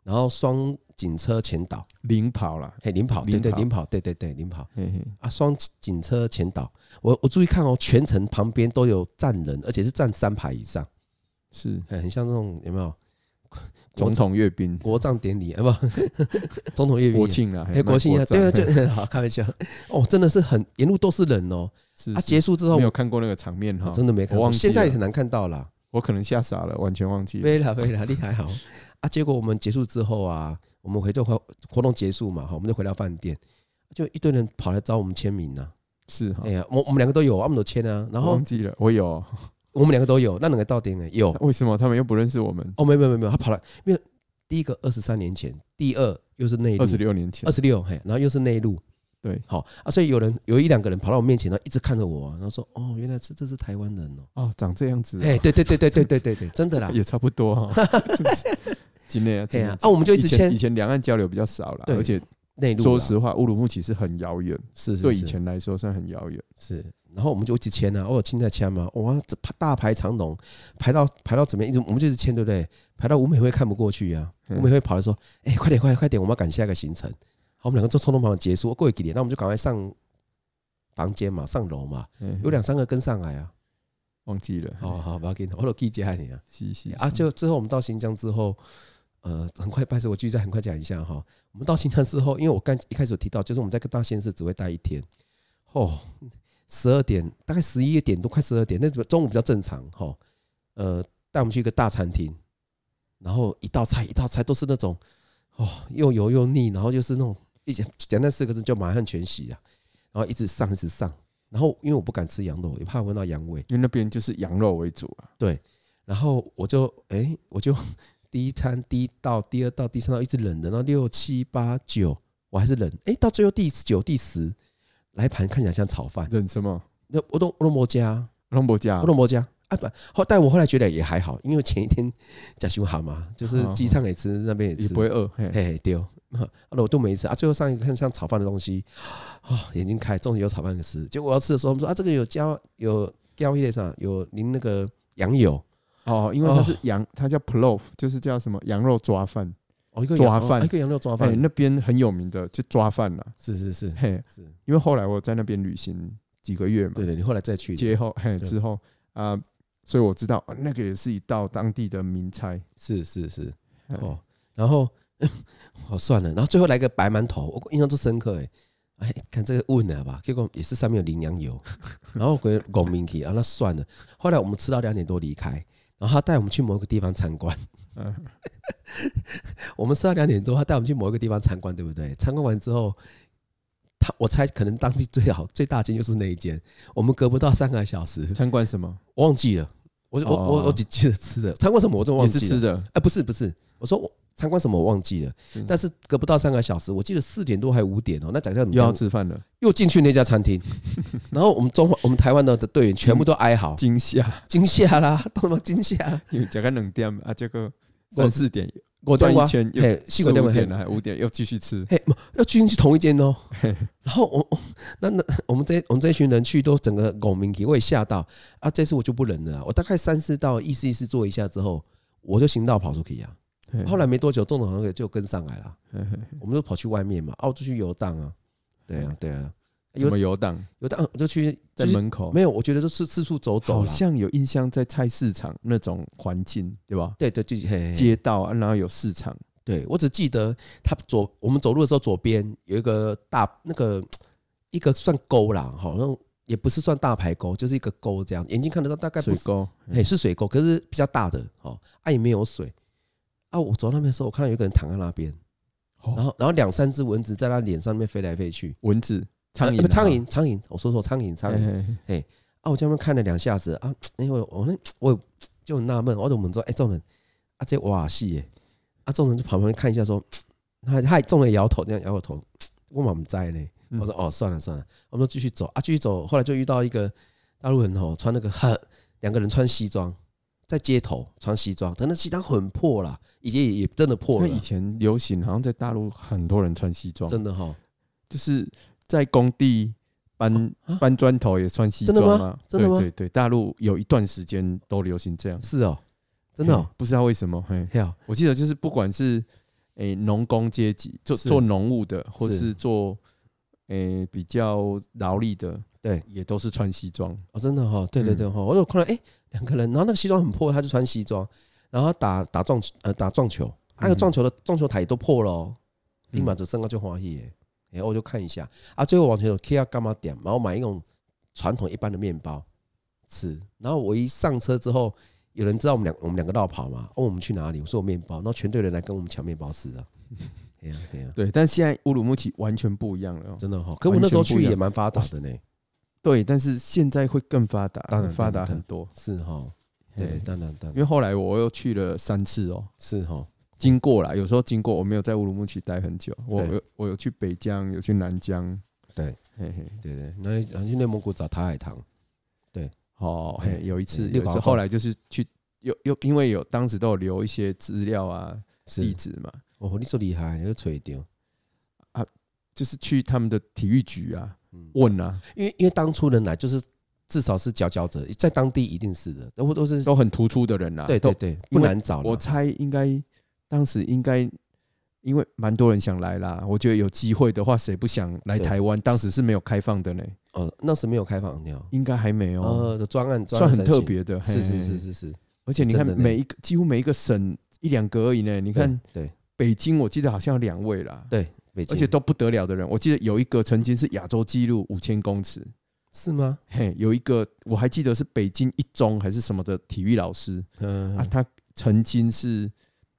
S4: 然后双警车前导，
S3: 领跑啦。
S4: 嘿，领跑，对
S3: 领
S4: 对，
S3: 跑
S4: 领跑，对对对，领跑
S3: 嘿嘿，
S4: 啊，双警车前导，我我注意看哦，全程旁边都有站人，而且是站三排以上，
S3: 是
S4: 嘿很像那种有没有
S3: 总统阅兵，
S4: 国葬典礼啊？不， 总统阅兵
S3: 国
S4: 啊，
S3: 庆啦，嘿
S4: 哎，国庆啊，对啊，
S3: 国葬
S4: 就好开玩笑哦，真的是很沿路都是人哦，
S3: 是
S4: 啊，
S3: 是
S4: 结束之后
S3: 没有看过那个场面哈
S4: 我，啊真的没看
S3: 我
S4: 过，
S3: 忘记
S4: 现在
S3: 了
S4: 很难看到啦。
S3: 我可能吓傻了，完全忘记了。
S4: 飞了飞了，你还好啊？结果我们结束之后啊，我们回到活活动结束嘛，好，我们就回到饭店，就一堆人跑来找我们签名呐、
S3: 是哈
S4: 哎，呀，我我们两个都有，啊我们都签啊，然
S3: 我
S4: 后哦
S3: 忘记了，我有，
S4: 我们两个都有，那两个到顶呢有
S3: 为什么他们又不认识我们？
S4: 哦，没有没有没有，他跑来，没有第一个二十三年前，第二又是内陆
S3: 二十六年前
S4: 二，十六，嘿，然后又是内陆，
S3: 对，
S4: 好啊，所以有人有一两个人跑到我面前，然后一直看着我、啊，然后说哦，原来是这是台湾人哦，
S3: 哦，长这样子啊，
S4: 哎，对对对对对对对对，真的啦
S3: ，也差不多哈。 今天啊，
S4: 哎
S3: 今
S4: 呀
S3: 天，
S4: 啊，我们就一直
S3: 以前
S4: 签
S3: 以前两岸交流比较少了，
S4: 对
S3: 而且
S4: 内陆啦，
S3: 说实话，乌鲁木齐是很遥远，
S4: 是是
S3: 对以
S4: 是
S3: 前来说算很遥远。
S4: 是，然后我们就一直签啊，我有亲在签嘛，哇，这排大排长龙，排到排到怎么样？一直我们就一直签，对不对？排到吴美惠看不过去啊，吴
S3: 嗯
S4: 美惠跑来说：“哎、快点，快点，快点，我们要赶下一个行程。”好，我们两个就匆匆忙忙结束，过一几年，那我们就赶快上房间嘛，上楼嘛，
S3: 嗯
S4: 有两三个跟上来啊。
S3: 忘记了，
S4: 好好，不要紧，我都记家你啊。
S3: 嘻嘻
S4: 啊，
S3: 嘻
S4: 就之后我们到新疆之后，呃，很快，拜托我继续再很快讲一下哈。我们到新疆之后，因为我刚一开始有提到，就是我们在各大县市只会待一天，哦，十二点大概十一点多，快十二点，那中午比较正常哈、吼呃，带我们去一个大餐厅，然后一道菜一道菜都是那种哦又油又腻，然后就是那种一讲讲那四个字就满汉全席啊，然后一直上一直上。然后，因为我不敢吃羊肉，也怕闻到羊味，
S3: 因为那边就是羊肉为主啊，
S4: 然后我就哎、诶我就第一餐第一道、第二道、第三道一直忍，忍到六七八九，我还是忍。哎、到最后第九、第十，来盘看起来像炒饭，
S3: 忍什么？
S4: 那我都我都没加，
S3: 龙伯家
S4: 我，都没加。啊不，后但我后来觉得也还好，因为前一天假修蛤嘛，就是
S3: 好好
S4: 鸡上也吃，那边也
S3: 哦也
S4: 吃，
S3: 不会饿，嘿，
S4: 嘿丢，啊我都没吃啊。最后上一个看像炒饭的东西，啊眼睛开，终于有炒饭可吃。结果我要吃的时候，他们说啊这个有加有加一点啥，有淋那个羊油，
S3: 哦，因为它是羊，它叫 plov，就是叫什么羊肉抓饭，
S4: 哦一个
S3: 抓
S4: 羊哦
S3: 饭
S4: 啊一个羊肉抓
S3: 哎、
S4: 饭，
S3: 那边很有名的就抓饭啦，
S4: 是是是
S3: 嘿，
S4: 是，
S3: 因为后来我在那边旅行几个月嘛，
S4: 对对，你后来再去
S3: 节后嘿
S4: 对
S3: 之后啊、所以我知道、啊那个也是一道当地的名菜，
S4: 是是是
S3: 嘿
S4: 哦，然后 哦算了，然后最后来个白馒头，我印象最深刻哎。哎，看这个问了吧，结果也是上面有羚羊油， 然后回拱明体，啊，那算了。后来我们吃到两点多离开，然后他带我们去某个地方参观。
S3: 嗯、
S4: 我们吃到两点多，他带我们去某一个地方参观，对不对？参观完之后，他我猜可能当地最好最大间就是那一间。我们隔不到三个小时，
S3: 参观什么
S4: 我忘记了，我我
S3: 哦
S4: 我我只记得吃的，参观什么我真
S3: 也
S4: 的忘
S3: 是
S4: 记
S3: 吃
S4: 了。
S3: 的，
S4: 哎，不是不是，我说我参观什么我忘记了
S3: 是，
S4: 但是隔不到三个小时，我记得四点多还五点哦，那等一下你
S3: 又要吃饭了，
S4: 又进去那家餐 厅，然后我们中华我们台湾的的队员全部都哀嚎，
S3: 惊吓，
S4: 惊吓啦，都他妈惊吓，
S3: 因为这个冷点啊，这个三四点
S4: 果
S3: 转
S4: 断
S3: 一
S4: 瓜，
S3: 圈，
S4: 嘿
S3: 又，
S4: 细
S3: 啊四
S4: 果断
S3: 五
S4: 瓜，嘿
S3: 点了，还五点又继续吃，
S4: 嘿，要进去同一间哦。然后我我那那我们这我们这一群人去都整个拱民体，我也吓到啊！这次我就不忍了啊、我大概三四道意思意思做一下之后，我就行道跑出去啊。后来没多久，中岛好像就跟上来了，
S3: 嘿嘿
S4: 我们就跑去外面嘛，哦，就去游荡啊。对啊，对啊，
S3: 怎
S4: 游
S3: 么游荡
S4: 游荡就去
S3: 嗯在
S4: 就是
S3: 门口？
S4: 没有，我觉得就是四处走走
S3: 好
S4: 啦。
S3: 像有印象，在菜市场那种环境，对吧？
S4: 对对，就嘿嘿嘿
S3: 街道，啊然后有市场，
S4: 对我只记得他左我们走路的时候，左边有一个大那个一个算沟啦，好像也不是算大排沟，就是一个沟这样，眼睛看得到，大概
S3: 水
S4: 不是，
S3: 沟，嗯
S4: 也是水沟，可是比较大的哦，啊也没有水啊。我走到那边的时候，我看到有一个人躺在那边，
S3: 哦
S4: 然后然后两三只蚊子在他脸上面飞来飞去，
S3: 蚊子、苍
S4: 呃
S3: 蝇
S4: 不
S3: 啊、
S4: 苍蝇苍蝇，我说错苍蝇苍
S3: 嘿
S4: 蝇
S3: 嘿嘿
S4: 啊，我这边看了两下子啊，因为我那我也就很纳闷，我怎么说，哎，众人啊这哇戏耶，啊众人就旁边看一下说，他他众人摇头，这样摇摇头，我满不在呢。
S3: 嗯
S4: 我说哦算了算了，我们就继续走啊继续走，后来就遇到一个大陆人哦，穿那个很两个人穿西装。在街头穿西装，但那西装很破啦，已经也也真的破
S3: 那
S4: 了
S3: 以
S4: 啦，
S3: 前流行，好像在大陆很多人穿西装，
S4: 真的哈，
S3: 就是在工地搬
S4: 啊
S3: 搬砖头也穿西
S4: 真的
S3: 装
S4: 吗
S3: 啊，
S4: 真的吗
S3: 对对对，大陆有一段时间都流行这样，
S4: 是哦，真的哦
S3: 嘿，不知道为什么，嘿，
S4: 嘿哦，
S3: 我记得就是不管是诶农工阶级做
S4: 是
S3: 做农务的，或
S4: 是
S3: 是做诶比较劳力的，
S4: 对，
S3: 也都是穿西装，
S4: 哦，真的哈、哦，对对
S3: 嗯
S4: 对哈、我有看到哎，诶两个人，然后那个西装很破，他就穿西装，然后打打撞呃打撞球，啊那个
S3: 嗯
S4: 撞球的撞球台也都破了、哦，立马
S3: 嗯
S4: 就身高就欢喜耶，然后我就看一下啊，最后往前走 K 要干嘛点，然后买一种传统一般的面包吃，然后我一上车之后，有人知道我们两我们两个绕跑嘛，哦问我们去哪里，我说我面包，然后全队人来跟我们抢面包吃 的，哎呀哎呀，
S3: 对，但现在乌鲁木齐完全不一样了、哦，
S4: 真的哈、可我那时候
S3: 完全不
S4: 去
S3: 一样
S4: 也蛮发达的呢，
S3: 对，但是现在会更发达，
S4: 当然
S3: 发
S4: 当
S3: 达
S4: 然
S3: 很多，
S4: 是哈、
S3: 嘿
S4: 对，当然当
S3: 因
S4: 然
S3: 为后来我又去了三次哦，
S4: 是哈、
S3: 经过了，有时候经过，我没有在乌鲁木齐待很久，我
S4: 对
S3: 有我有去北疆，有去南疆，
S4: 对，
S3: 嘿嘿，
S4: 对对，那你然后去内蒙古找塔海棠，
S3: 哦，嘿，有一次，有
S4: 嗯六
S3: 一
S4: 八
S3: 次
S4: 卦
S3: 后来就是去。又又因为有当时都有留一些资料啊地
S4: 是
S3: 址嘛，
S4: 哦，你说厉害，你就吹掉。
S3: 就是去他们的体育局啊
S4: 嗯，
S3: 问啊，
S4: 因为因为当初人来就是至少是佼佼者，在当地一定是的，都都是
S3: 都很突出的人啦、
S4: 对对
S3: 都，
S4: 对，
S3: 因为
S4: 不难找啦。
S3: 我猜应该当时应该因为蛮多人想来啦，我觉得有机会的话，谁不想来
S4: 对
S3: 台湾？当时是没有开放的呢，
S4: 哦，那时没有开放鸟，
S3: 应该还没有、
S4: 呃，专案专
S3: 算
S4: 案
S3: 很
S4: 申
S3: 特
S4: 请，
S3: 别的。嘿
S4: 是是是
S3: 嘿，
S4: 是是，
S3: 而且你看
S4: 真的呢
S3: 每一个几乎每一个省一两个而已呢，你
S4: 你
S3: 看
S4: 对
S3: 北京，我记得好像有两位啦。
S4: 对，北京
S3: 而且都不得了的人，我记得有一个曾经是亚洲纪录五千公尺，
S4: 是吗？
S3: 嘿，有一个我还记得是北京一中还是什么的体育老师，
S4: 嗯
S3: 啊，他曾经是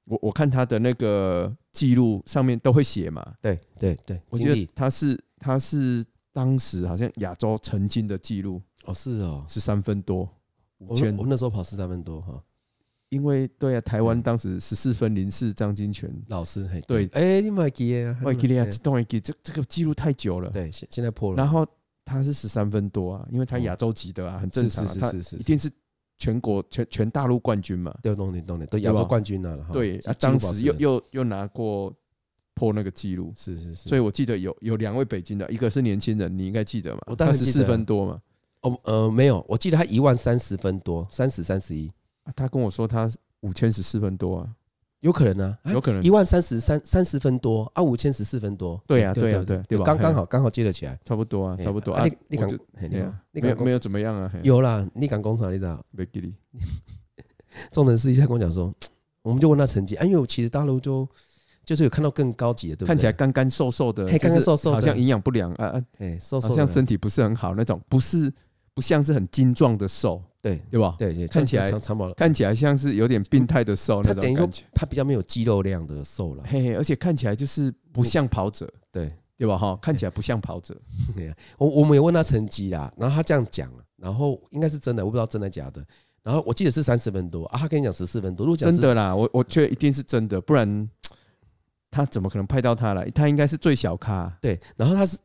S3: 我我看他的那个记录上面都会写嘛，
S4: 对对对，
S3: 我
S4: 经
S3: 觉得
S4: 历
S3: 他是他是当时好像亚洲曾经的记录
S4: 哦是哦，
S3: 是三分多五
S4: 我们
S3: 千
S4: 我，们那时候跑四三分多哈，
S3: 因为对啊，台
S4: 嗯
S3: 湾当时十四分零四张金泉，
S4: 老师嘿
S3: 对
S4: 哎你买给啊，
S3: 外吉利亚
S4: 对
S3: 自动外吉这这个记录太久了，
S4: 对现现在破了，
S3: 然后他是十三分多啊，因为他亚洲级的啊，很正
S4: 是
S3: 常
S4: 哦是
S3: 啊，
S4: 是
S3: 他
S4: 是是
S3: 一，定是全国全全大陆冠军嘛，
S4: 对，弄你弄你，都
S3: 对
S4: 亚洲
S3: 吧
S4: 冠军了哈，
S3: 对，
S4: 纪
S3: 啊，
S4: 纪哦
S3: 当
S4: 录保持
S3: 时又
S4: 人
S3: 又又拿过破那个记录，
S4: 是是是，
S3: 所以我记得有有两位北京的，一个是年轻人，你应该记得嘛？
S4: 我当然
S3: 十
S4: 记得啊
S3: 四分多嘛、
S4: 哦，呃，没有，我记得他一万三十分多，三十三十一，
S3: 啊他跟我说他五千十四分多啊，
S4: 有可能啊，
S3: 有可能
S4: 一万三十三三十分多啊，五千十四分多，哎
S3: 对啊
S4: 对
S3: 对啊对啊对吧
S4: 刚刚好刚好接得起来，
S3: 差不多啊，
S4: 嘿
S3: 差不多
S4: 啊
S3: 啊，
S4: 你你
S3: 我
S4: 敢
S3: 就
S4: 嘿你
S3: 对
S4: 敢
S3: 啊，
S4: 你
S3: 没
S4: 敢
S3: 有
S4: 讲
S3: 没有怎么样啊，嘿
S4: 有啦，你敢工厂你知道？
S3: 没给你，
S4: 众人私底下跟我讲说，我们就问他成绩，啊，因为我其实大陆就就是有看到更高级的，对不对？
S3: 看起来干干瘦瘦的，
S4: 嘿干干
S3: 就是
S4: 瘦瘦的
S3: 好像营养不良啊啊，
S4: 哎，瘦
S3: 好
S4: 瘦的，
S3: 像身体不是很好那种，不是不像是很精壮的瘦，
S4: 对
S3: 对吧？
S4: 对对，
S3: 看起来
S4: 长长毛了，
S3: 看起来像是有点病态的瘦那
S4: 他
S3: 种
S4: 等于说
S3: 感觉，
S4: 他比较没有肌肉量的瘦了，
S3: 嘿，而且看起来就是不像跑者，
S4: 对。
S3: 对吧？哈，看起来不像跑者，
S4: 我我们也问他成绩啦，然后他这样讲，然后应该是真的，我不知道真的假的。然后我记得是三十分多啊，他跟你讲十四分多，如果讲
S3: 真的啦，我我觉得一定是真的，不然他怎么可能派到他来？他应该是最小咖
S4: 14。对，然后他是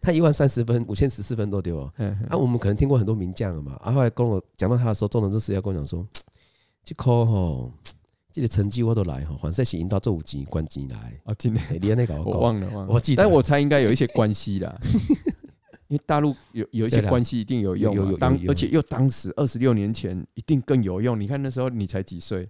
S4: 他一万三十分，五千十四分多丢哦。
S3: 嗯
S4: 啊，我们可能听过很多名将了嘛，啊，后来跟我讲到他的时候，众人都私下跟我讲说，这科吼这个成绩我都来哈，反正是引导这五级关机来，
S3: 哦，今天
S4: 哎你安尼搞
S3: 我
S4: 我
S3: 忘了忘了，
S4: 我记得
S3: 但我猜应该有一些关系 啦，因为大陆有有一些
S4: 对啦
S3: 关系一定有用
S4: 有有
S3: 啊
S4: 有，
S3: 当
S4: 有
S3: 而且又当时二十六年前一定更有用。你看那时候你才几岁，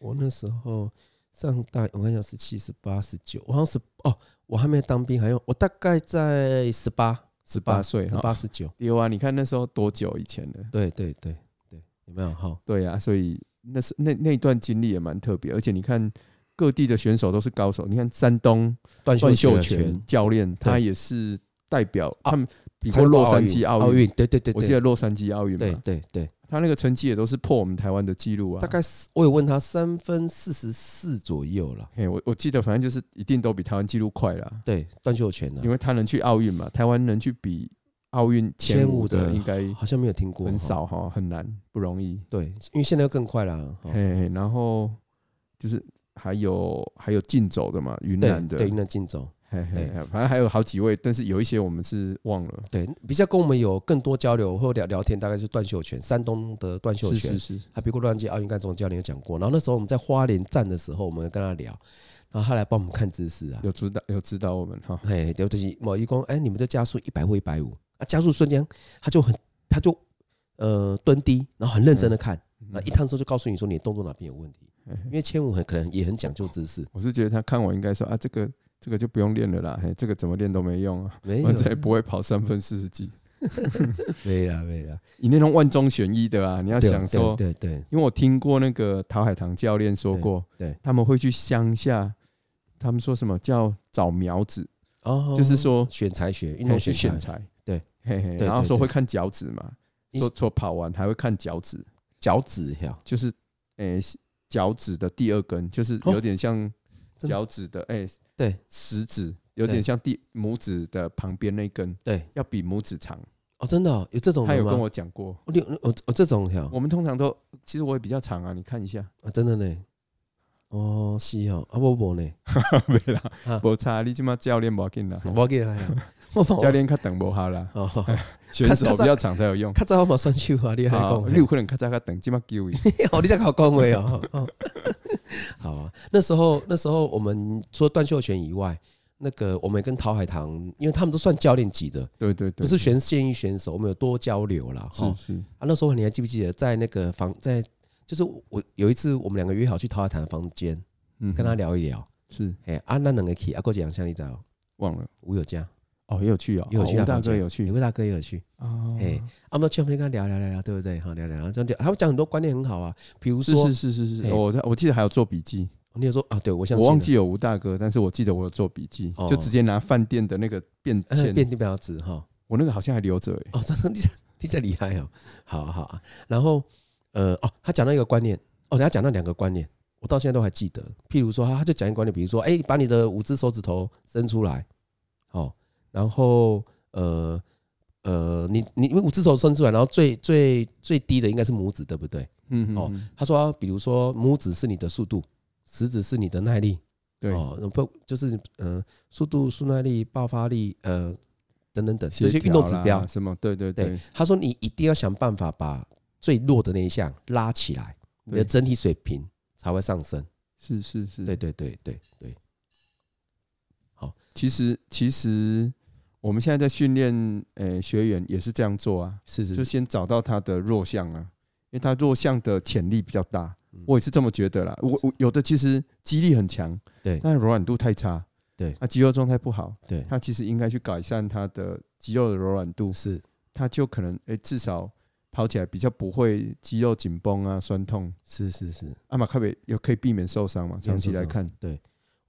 S4: 我那时候上大，我跟你讲十七、十八、十九，我好像是哦，我还没当兵，还有我大概在十八、
S3: 十八岁
S4: 十
S3: 哈，
S4: 八、十九，
S3: 有啊，你看那时候多久以前了？
S4: 对对对对，有没有哈？
S3: 对啊，所以那是那那段经历也蛮特别，而且你看各地的选手都是高手，你看山东
S4: 段
S3: 段秀
S4: 全啊
S3: 全教练，他也是代表他们比过洛杉矶
S4: 奥
S3: 奥运，
S4: 运，对对对，
S3: 我记得洛杉矶奥运
S4: 对
S3: 嘛，
S4: 对对，
S3: 他那个成绩也都是破我们台湾的记录啊，
S4: 大概是我有问他三分四十四左右了。
S3: 嘿，我我记得反正就是一定都比台湾纪录快啦，
S4: 对，段秀全呢
S3: 因，为他能去奥运嘛，台湾能去比奥运前
S4: 前
S3: 五
S4: 五
S3: 的
S4: 的啊哦
S3: 应该
S4: 好像没有听过，
S3: 很。少哈，很难，不容易。
S4: 对，因为现在又更快啦。哦
S3: 嘿，嘿然后就是还有还有竞走的嘛，云
S4: 对
S3: 南的，
S4: 对，那竞走，
S3: 嘿嘿，
S4: 对
S3: 反正还有好几位，但是有一些我们是忘了。
S4: 对比较跟我们有更多交流或聊聊天，大概是段秀全，山东的段秀
S3: 是
S4: 全
S3: 是，是，
S4: 他比过洛杉矶奥运干总教练有讲过。然后那时候我们在花莲站的时候，我们跟他聊，然后他来帮我们看姿势啊。
S3: 有指导有指导我们哈。
S4: 嘿，对，就是某一公，哎，你们这加速一百或一百五啊，加速瞬间他就很，他就呃蹲低，然后很认真的看，
S3: 嗯
S4: 那一趟之后就告诉你说你的动作哪边有问题，因为千五很可能也很讲究姿势，
S3: 我是觉得他看我应该说啊，这个这个就不用练了啦，嘿，这个怎么练都没用啊，
S4: 没有
S3: 反，正也不会跑三分四十几。
S4: 没啦没啦，
S3: 你那种万中选一的啊，你要
S4: 对
S3: 想说，
S4: 对对对
S3: 因为我听过那个陶海棠教练说过，
S4: 对对
S3: 他们会去乡下，他们说什么叫找苗子，
S4: 哦，
S3: 就是说
S4: 选材学，运
S3: 嘿
S4: 动
S3: 去
S4: 选
S3: 选
S4: 材，
S3: 材，
S4: 对，
S3: 嘿嘿，
S4: 对
S3: 然后
S4: 对
S3: 说
S4: 对
S3: 会看脚趾嘛，
S4: 一
S3: 说说跑完还会看脚趾，
S4: 脚趾呀，
S3: 就是诶脚趾的第二根，就是
S4: 哦
S3: 有点像
S4: 真的
S3: 脚趾的诶
S4: 对
S3: 食指，有点像第拇指的旁边那根，
S4: 对，
S3: 要比拇指长，
S4: 哦，真的哦有这种
S3: 他
S4: 人
S3: 有跟
S4: 吗？哦
S3: 我讲过。
S4: 我有我我这种呀，
S3: 我们通常都，其实我也比较长啊，你看一下，
S4: 啊，真的呢。哦，是哦，啊，我无呢，
S3: 没啦
S4: 啊，
S3: 无差，你即马教练无要紧啦，
S4: 我给他呀，我
S3: 教练较长无效啦，
S4: 哦，
S3: 选手比较长才有用。
S4: 较早我嘛算手啊，你还
S3: 啊
S4: 讲，
S3: 你有可能较早较长，即马九 位。
S4: 哦，你在搞恭维哦。 哦好啊，那时候那时候我们除了段秀全以外，那个我们也跟陶海棠，因为他们都算教练级的，
S3: 对对对，
S4: 不是选现役选手，我们有多交流啦。
S3: 是
S4: 哈
S3: 是，
S4: 啊，那时候你还记不记得在那个房在，就是我有一次我们两个约好去陶海棠的房间
S3: 嗯，
S4: 跟他聊一聊，
S3: 是
S4: 哎、啊那两个 key 啊，过奖像你知道
S3: 忘了
S4: 吴有嘉，
S3: 哦，也有去哦，
S4: 也有啊
S3: 哦
S4: 去
S3: 吴
S4: 他
S3: 大
S4: 房
S3: 哥
S4: 间，
S3: 有去
S4: 吴大哥也有去。
S3: 哦，
S4: 哎啊，我们去我们跟他聊聊聊聊，对不对？好，聊聊聊，这样聊，他们讲很多观念很好啊，比如
S3: 是
S4: 说
S3: 是是是是，
S4: 哎
S3: 我在我记得还有做笔记，
S4: 你有说啊，对我想
S3: 我忘记有吴大哥，但是我记得我有做笔记，
S4: 哦
S3: 就直接拿饭店的那个便
S4: 呃
S3: 签，
S4: 遍地标志哈。
S3: 我那个好像还留着诶，
S4: 哦，真的，你 这你这厉害哦，好好啊。然后呃，哦，他讲到一个观念，哦，他讲到两个观念，我到现在都还记得。譬如说，他他就讲一个观念，比如说，哎、把你的五只手指头伸出来，哦，然后呃呃，你你因为五只手伸出来，然后最最最低的应该是拇指，对不对？
S3: 嗯
S4: 哦
S3: 嗯，嗯
S4: 他说、比如说拇指是你的速度，食指是你的耐力，
S3: 对，
S4: 哦，那不就是呃速度、速耐力、爆发力，呃等等等这些
S3: 协
S4: 运动指
S3: 调啦
S4: 标。
S3: 什么，对对
S4: 对，，他说你一定要想办法把最弱的那一项拉起来，你的
S3: 对嗯
S4: 整体水平才会上升。
S3: 是是是，
S4: 对对对对对，
S3: 其实其实我们现在在训练呃学员也是这样做啊，
S4: 是是，
S3: 就是先找到他的弱项啊，因为他弱项的潜力比较大
S4: 嗯，
S3: 我也是这么觉得啦。我我有的其实肌力很强，
S4: 对
S3: 但柔软度太差，
S4: 对
S3: 他肌肉状态不好，
S4: 对
S3: 他其实应该去改善他的肌肉的柔软度，
S4: 是
S3: 他就可能诶、至少跑起来比较不会肌肉紧绷啊、酸痛，
S4: 是是是，
S3: 阿马卡贝也可以避免受伤嘛。长期来看，
S4: 对，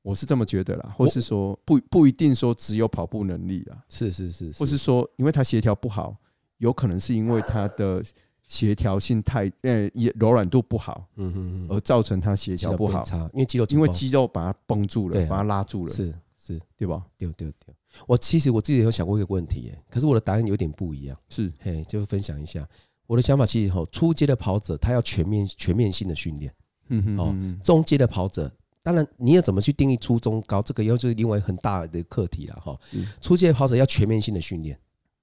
S3: 我是这么觉得啦，或
S4: 我
S3: 是说不不一定说只有跑步能力啦，
S4: 是是是，
S3: 或是说，因为他协调不好，有可能是因为他的协调性太呃也柔软度不好，
S4: 嗯嗯嗯，
S3: 而造成他协
S4: 肌
S3: 调
S4: 肉
S3: 哦不
S4: 变
S3: 好，
S4: 差，因为肌肉紧
S3: 因为
S4: 绷
S3: 肌肉把它绷住了
S4: 对，啊
S3: 把它拉住了，
S4: 是是
S3: 对吧？
S4: 丢丢丢。我其实我自己也有想过一个问题耶，可是我的答案有点不一样，
S3: 是
S4: 嘿，就分享一下我的想法。其实吼，初阶的跑者他要全面全面性的训练。
S3: 嗯
S4: 哦
S3: 哦，
S4: 中阶的跑者，当然你要怎么去定义初中高，这个又是另外很大的课题了哈
S3: 嗯。
S4: 初阶的跑者要全面性的训练，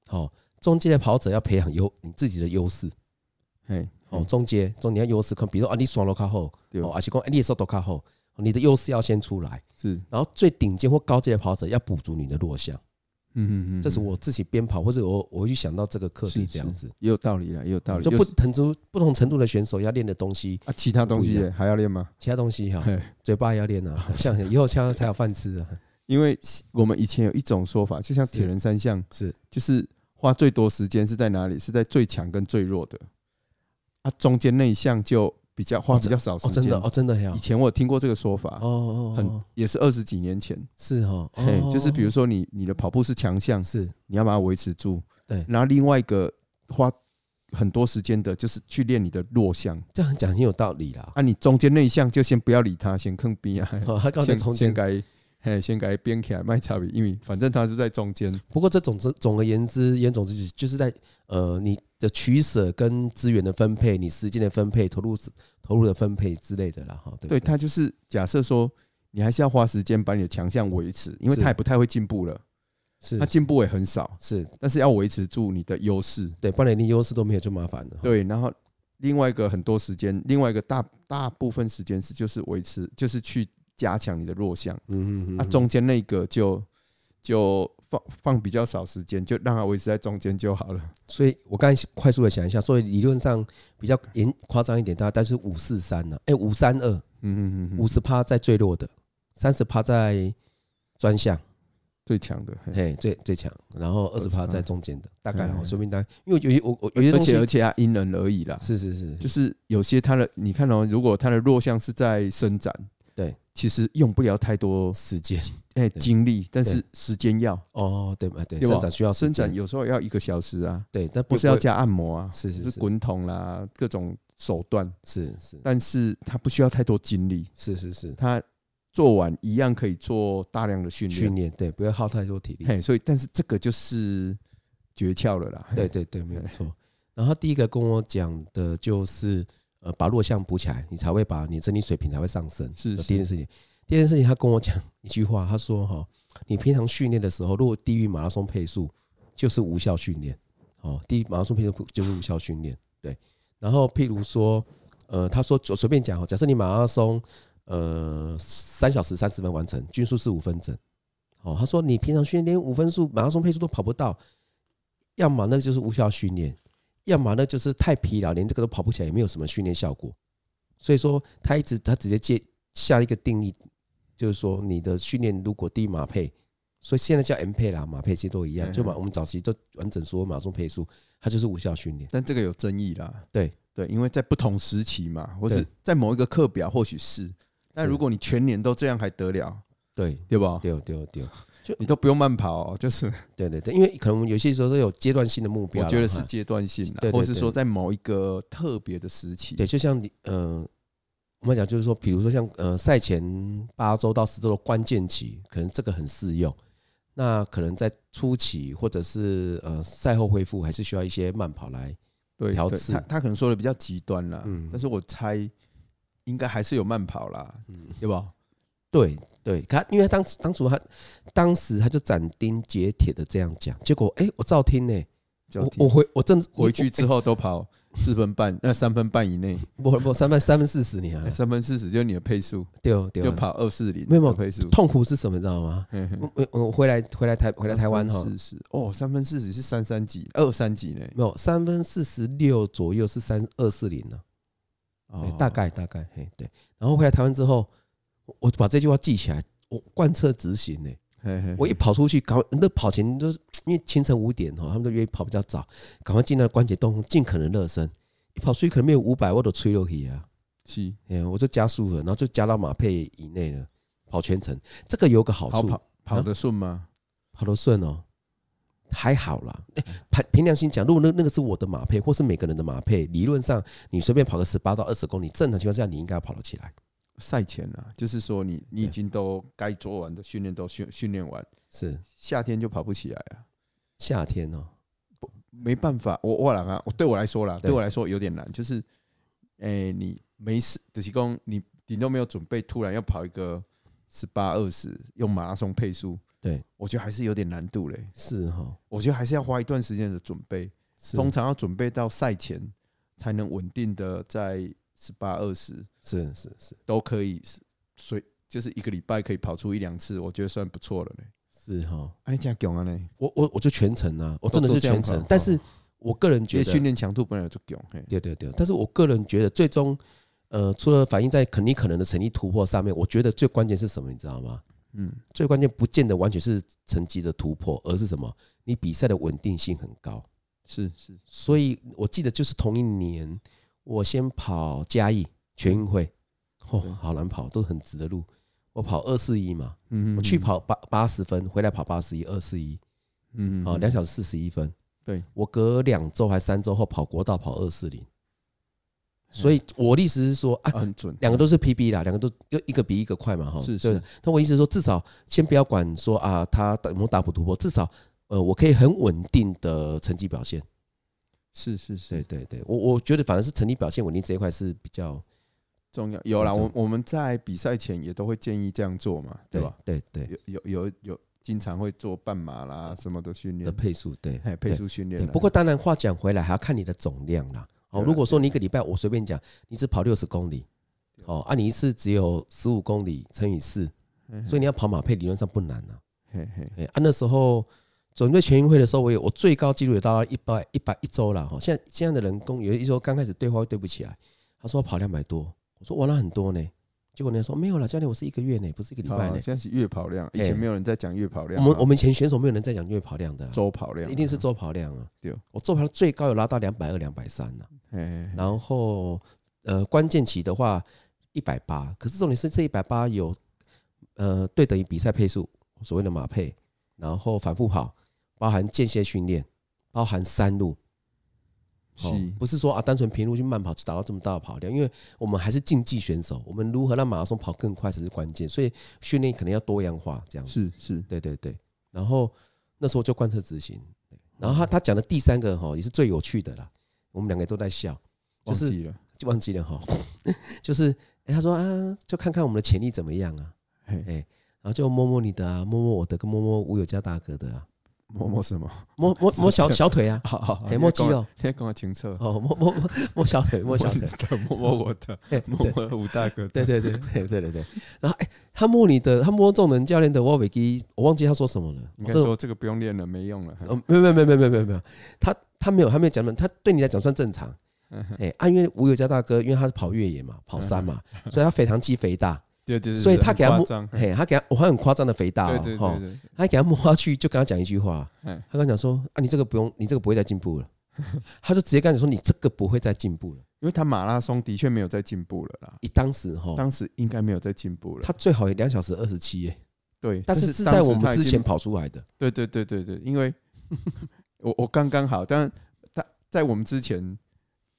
S4: 好，中阶的跑者要培养优你自己的优势，
S3: 哎，
S4: 哦，终结中你要优势看，比如说啊，你爽了靠后，
S3: 对
S4: 哦，而且讲你的速度靠后，你的优势要先出来，
S3: 是，
S4: 然后最顶尖或高阶的跑者要补足你的弱项，
S3: 嗯嗯嗯，
S4: 这是我自己边跑或者我我会去想到这个课
S3: 是
S4: 题这样子，
S3: 也有道理了，也有道理。
S4: 就
S3: 又
S4: 不
S3: 是
S4: 腾出不同程度的选手要练的东西，
S3: 啊，其他东西
S4: 不一啊
S3: 也还要练吗？
S4: 其他东西哈，
S3: 嘿
S4: 嘴巴也要 练啊，像以后像才有饭吃啊，
S3: 因为我们以前有一种说法，就像铁人三项，
S4: 是
S3: 就是花最多时间是在哪里？是在最强跟最弱的，啊，中间那一项就比较花
S4: 哦
S3: 比较少时
S4: 哦，
S3: 间。
S4: 真的哦，真的呀
S3: 以，前我有听过这个说法，
S4: 哦哦，
S3: 很
S4: 很
S3: 也是二十几年前，
S4: 是哦，
S3: 嘿
S4: 哦，
S3: 就是比如说你你的跑步是强项，
S4: 是
S3: 你要把它维持住，
S4: 对
S3: 然后另外一个花很多时间的就是去练你的弱项，
S4: 这样讲很有道理啦，
S3: 啊，你中间那一项就先不要理它，先坑逼啊，
S4: 哦，他刚才
S3: 先
S4: 从
S3: 先改，嘿，先改编起来卖差别，因为反正它是在中间，
S4: 不过这总之，总而言之，言总之就是就是在呃你的取舍跟资源的分配，你时间的分配、投入投入的分配之类的啦，哈，对不
S3: 对，
S4: 对
S3: 它就是假设说你还是要花时间把你的强项维持，因为
S4: 是
S3: 它也不太会进步了，它
S4: 是
S3: 进步也很少，
S4: 是，
S3: 但是要维持住你的优势，
S4: 对，不然你优势都没有就麻烦了。哈，
S3: 对，然后另外一个很多时间，另外一个大大部分时间是就是维持，就是去加强你的弱项，
S4: 嗯嗯嗯，
S3: 啊，中间那个就就放放比较少时间，就让它维持在中间就好了，
S4: 所以我刚才快速的想一下，所以理论上比较严夸张一点，大概是五四三呢，哎，五三二，
S3: 嗯嗯嗯
S4: 五
S3: 嗯，
S4: 十趴在最弱的，三十趴在专项，
S3: 最强的，嘿
S4: 嘿，最最强，然嗯后二十趴
S3: 20%
S4: 在中间的，大概啦，
S3: 嗯
S4: 我随便大概，因为有些我我有些
S3: 而
S4: 东西
S3: 且而且啊，因人而异啦，
S4: 是是是，
S3: 就是有些他的，你看哦，如果他的弱项是在伸展，
S4: 对，
S3: 其实用不了太多
S4: 时间。
S3: 哎、
S4: 对
S3: 精力，但是时间要
S4: 哦，对嘛，对，
S3: 对吧
S4: 伸展需要时
S3: 伸
S4: 间
S3: 展，有时候要一个小时啊，
S4: 对，但
S3: 不是要加按摩啊，
S4: 是是
S3: 是
S4: 是
S3: 滚筒啦，各种手段，
S4: 是是
S3: 但是他不需要太多精力，
S4: 是是是
S3: 他做完一样可以做大量的训
S4: 训
S3: 练，
S4: 练，对，不要耗太多体力，
S3: 嘿，所以但是这个就是诀窍了啦，嘿
S4: 对，对对，没有错。然后第一个跟我讲的就是，呃，把弱项补起来，你才会把你整体水平才会上升，
S3: 是
S4: 这
S3: 是
S4: 第一件事情。第二件事情，他跟我讲一句话，他说哈、你平常训练的时候，如果低于马拉松配速，就是无效训练。哦，低于马拉松配速就是无效训练。对，然后譬如说，呃，他说就随便讲哦，假设你马拉松，呃，三小时三十分完成，均速是五分整。哦，他说你平常训练连五分速马拉松配速都跑不到，要么那就是无效训练，要么那就是太疲劳，连这个都跑不起来，也没有什么训练效果。所以说，他一直他直接接下一个定义，就是说你的训练如果低于马配，所以现在叫 M 配啦，马配其实都一样，
S3: 嗯
S4: 就马我们早期都完整说马拉松配速，它就是无效训练。
S3: 但这个有争议啦，
S4: 对
S3: 对，因为在不同时期嘛，或是
S4: 对
S3: 在某一个课表或许是，但如果你全年都这样还得了，
S4: 对，
S3: 对吧？
S4: 对对对
S3: 你都不用慢跑哦、就是
S4: 对对对，因为可能我们有些时候都有阶段性的目标
S3: 我
S4: 啦，
S3: 觉得是
S4: 哈
S3: 阶段性啦，
S4: 对对
S3: 或是说在某一个特别的时期，
S4: 对，就像你呃，我们讲就是说，比如说像呃赛前八周到十周的关键期，可能这个很适用。那可能在初期或者是呃赛后恢复，还是需要一些慢跑来。
S3: 对
S4: 调
S3: 对
S4: 试
S3: 他他可能说的比较极端啦，
S4: 嗯
S3: 但是我猜应该还是有慢跑啦，
S4: 嗯
S3: 对吧？
S4: 对对，可他因为他当时当初他当时他就斩钉截铁的这样讲，结果哎、我照听呢、
S3: 叫
S4: 我我回我哎正
S3: 回去之
S4: 后，
S3: 后都跑四分半，那三分半以内，哎
S4: 我我三分三分四十年啊，
S3: 三分四十就是你的配速，
S4: 对哦对
S3: 就
S4: 哦，
S3: 跑二四零，
S4: 没有没有
S3: 配速。
S4: 痛苦是什么，你知道吗？
S3: 嘿嘿
S4: 我我我回来回来台回来台湾哈，
S3: 四十哦，三分四十是三三几，二三几呢？
S4: 没有三分四十六左右是三二四零呢，对
S3: 哦，
S4: 哎大概大概，嘿对。然后回来台湾之后，我我把这句话记起来，我贯彻执行呢。
S3: 嘿嘿
S4: 我一跑出去，赶快那跑前都是因为清晨五点哈，他们都约跑比较早，赶快进到关节洞，尽可能热身。一跑出去可能没有五百，我都吹落去啊，
S3: 七
S4: 哎呀，我就加速了，然后就加到马配以内了，跑全程。这个有个好
S3: 跑
S4: 处，
S3: 跑跑得顺吗？
S4: 跑得顺哦，还好啦。哎凭凭良心讲，如果那那个是我的马配，或是每个人的马配，理论上你随便跑个十八到二十公里，正常情况下你应该跑得起来。
S3: 赛前啊，就是说你你已
S4: 对
S3: 经都该做完的训练都训训练完，
S4: 是
S3: 夏天就跑不起来啊，
S4: 夏天哦，
S3: 没办法，我我啦啊，我对我来说啦，
S4: 对
S3: 对我来说有点难，就是，诶、你没事，只是讲你你都没有准备，突然要跑一个十八二十，用马拉松配速，
S4: 对
S3: 我觉得还是有点难度嘞，
S4: 是哈、哦，
S3: 我觉得还是要花一段时间的准备，
S4: 是
S3: 通常要准备到赛前才能稳定的在十八二十
S4: 是是是
S3: 都可以是，随就是一个礼拜可以跑出一两次，我觉得算不错了呢。
S4: 是哈，
S3: 啊，你这样讲啊呢？
S4: 我我我就全程啊，我真的
S3: 都
S4: 是
S3: 这样
S4: 全程
S3: 跑，
S4: 但是我个人
S3: 觉
S4: 觉
S3: 得
S4: 得
S3: 训练强度本来就强，嘿，
S4: 对对对，但是我个人觉得最终，呃，除了反映在肯定可能的成绩突破上面，我觉得最关键是什么，你知道吗？
S3: 嗯，
S4: 最关键不见得完全是成绩的突破，而是什么？你比赛的稳定性很高。
S3: 是是，
S4: 所以我记得就是同一年，我先跑嘉义全运会，
S3: 嗯
S4: 哦，好难跑，都很直的路。我跑二四一嘛，
S3: 嗯，
S4: 我去跑八八十分，回来跑八十一二四一，
S3: 嗯，嗯，
S4: 啊，两小时四十一分。
S3: 对，嗯
S4: 我隔两周还三周后跑国道跑二四零，所以我的意思是说啊
S3: 啊，很准，
S4: 两个都是 PB 啦，两个都又一个比一个快嘛，哈。
S3: 是
S4: 对
S3: 是。
S4: 但我意思是说，至少先不要管说啊，他打有没有打破突破，至少呃，我可以很稳定的成绩表现。
S3: 是是是
S4: 对对对，我我觉得反而是成绩表现稳定这一块是比较
S3: 重要有啦，
S4: 重要
S3: 我我们在比赛前也都会建议这样做嘛，对吧？？
S4: 对对
S3: 有有有有，经常会做半马啦什么的训
S4: 的
S3: 练，
S4: 配速，对
S3: 哎，配速训练
S4: 对。
S3: 啦。
S4: 不过当然话讲回来，还要看你的总量啦。哦，
S3: 对啦啊
S4: 如果说你一个礼拜我随便讲，你只跑六十公里，哦，啊，你一次只有十五公里乘以四，
S3: 嘿，
S4: 所以你要跑马配理论上不难啊。
S3: 嘿嘿，
S4: 哎、啊，那时候准备全运会的时候，我有我最高纪录也到一百一百一周了哈。现在现在的人工有一周刚开始对话会对不起来，他说我跑两百多，我说哇那很多呢。结果人家说没有了，教练我是一个月呢，不是一个礼
S3: 好
S4: 拜呢。
S3: 哦现在是月跑量，以
S4: 嘿
S3: 前没有人在讲月跑量
S4: 我
S3: 啊，
S4: 们我们以前选手没有人在讲越野跑量的啦，
S3: 周跑量
S4: 一定是，周跑量啊。
S3: 对，嗯
S4: 我周跑量最高有拉到两百二、两百三呢。
S3: 嘿嘿嘿
S4: 然后呃，关键期的话一百八，可是重点是这一百八有呃对等于比赛配速，所谓的马配，然后反复跑，包含间歇训练，包含山路，哦
S3: 是
S4: 不是说啊单纯平路去慢跑就达到这么大的跑量？因为我们还是竞技选手，我们如何让马拉松跑更快才是关键，所以训练可能要多样化这样子。
S3: 是是，
S4: 对对对，然后那时候就贯彻执行。对然
S3: 嗯
S4: 后他他讲的第三个哈也是最有趣的啦，我们两个都在笑，就
S3: 忘
S4: 是
S3: 记了，
S4: 就忘记了哈， 就是、诶他说啊，就看看我们的潜力怎么样啊，
S3: 嘿
S4: 哎，然后就摸摸你的啊，摸摸我的，跟摸摸吴有嘉大哥的啊，
S3: 摸摸 什么？
S4: 摸 摸摸小
S3: 是
S4: 小腿啊，
S3: 好好，好
S4: 哎，摸肌，肉，
S3: 你要跟我 清楚，
S4: 哦，摸摸摸摸小腿，摸小腿，
S3: 的，摸摸我 的，
S4: 哎，
S3: 摸
S4: 对
S3: 摸吴大哥的，
S4: 对对对对对对对，然后哎，他摸你的，他摸中人教练的沃维基，我忘记他说什么了，
S3: 应该
S4: 这种
S3: 说这个不用练了，没用了。
S4: 哦，没有没有没有没有没有没有没有，他他没有他没有讲什么，他对你来讲算正常。
S3: 嗯
S4: 哎、啊，因为吴有嘉大哥，因为他是跑越野嘛，跑山嘛，
S3: 嗯
S4: 所以他肥肠肌肥大，
S3: 对对对，
S4: 所以他
S3: 很
S4: 给他
S3: 夸
S4: 摸
S3: 张
S4: 嘿，他给他，我、还很夸张的肥大、哦，
S3: 嗯对对
S4: 吼
S3: 对对，
S4: 他给他摸下去，就跟他讲一句话，
S3: 嗯
S4: 他跟他讲说啊，你这个不用，你这个不会再进步了， 他就直接跟他讲说你这个不会再进步了。
S3: 因为他马拉松的确没有在进步了啦，
S4: 以当时哈，
S3: 当时应该没有在进步了
S4: 哦他。最好也两小时二十七耶，
S3: 对，
S4: 但是
S3: 是
S4: 是
S3: 当
S4: 在
S3: 时
S4: 我们
S3: 他已
S4: 之前
S3: 经，
S4: 跑出来的，
S3: 对对对对对，因 为我我刚刚好，但他在我们之前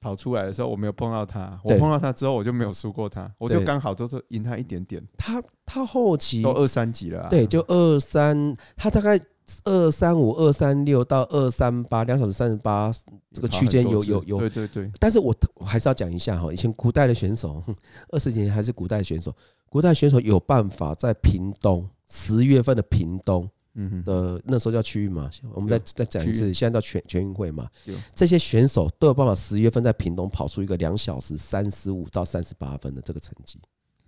S3: 跑出来的时候，我没有碰到他，我
S4: 对
S3: 碰到他之后，我就没有输过他，我就
S4: 对
S3: 刚好都是赢他一点点，
S4: 他他后期
S3: 都二三级了啊。
S4: 对，就二三，他大概二三五、二三六到二三八，两小时三十八。这个区间
S3: 跑
S4: 有
S3: 很多次
S4: 有有
S3: 对对对，
S4: 但是我我还是要讲一下哈，以前古代的选手， 哼二十几年还是古代的选手，古代选手有办法在屏东十月份的屏东
S3: 嗯哼，
S4: 的那时候叫区域嘛，我们再再讲一
S3: 区
S4: 次，
S3: 域
S4: 现在叫全全运会嘛
S3: 有，
S4: 这些选手都有办法十月份在屏东跑出一个两小时三十五到三十八分的这个成绩。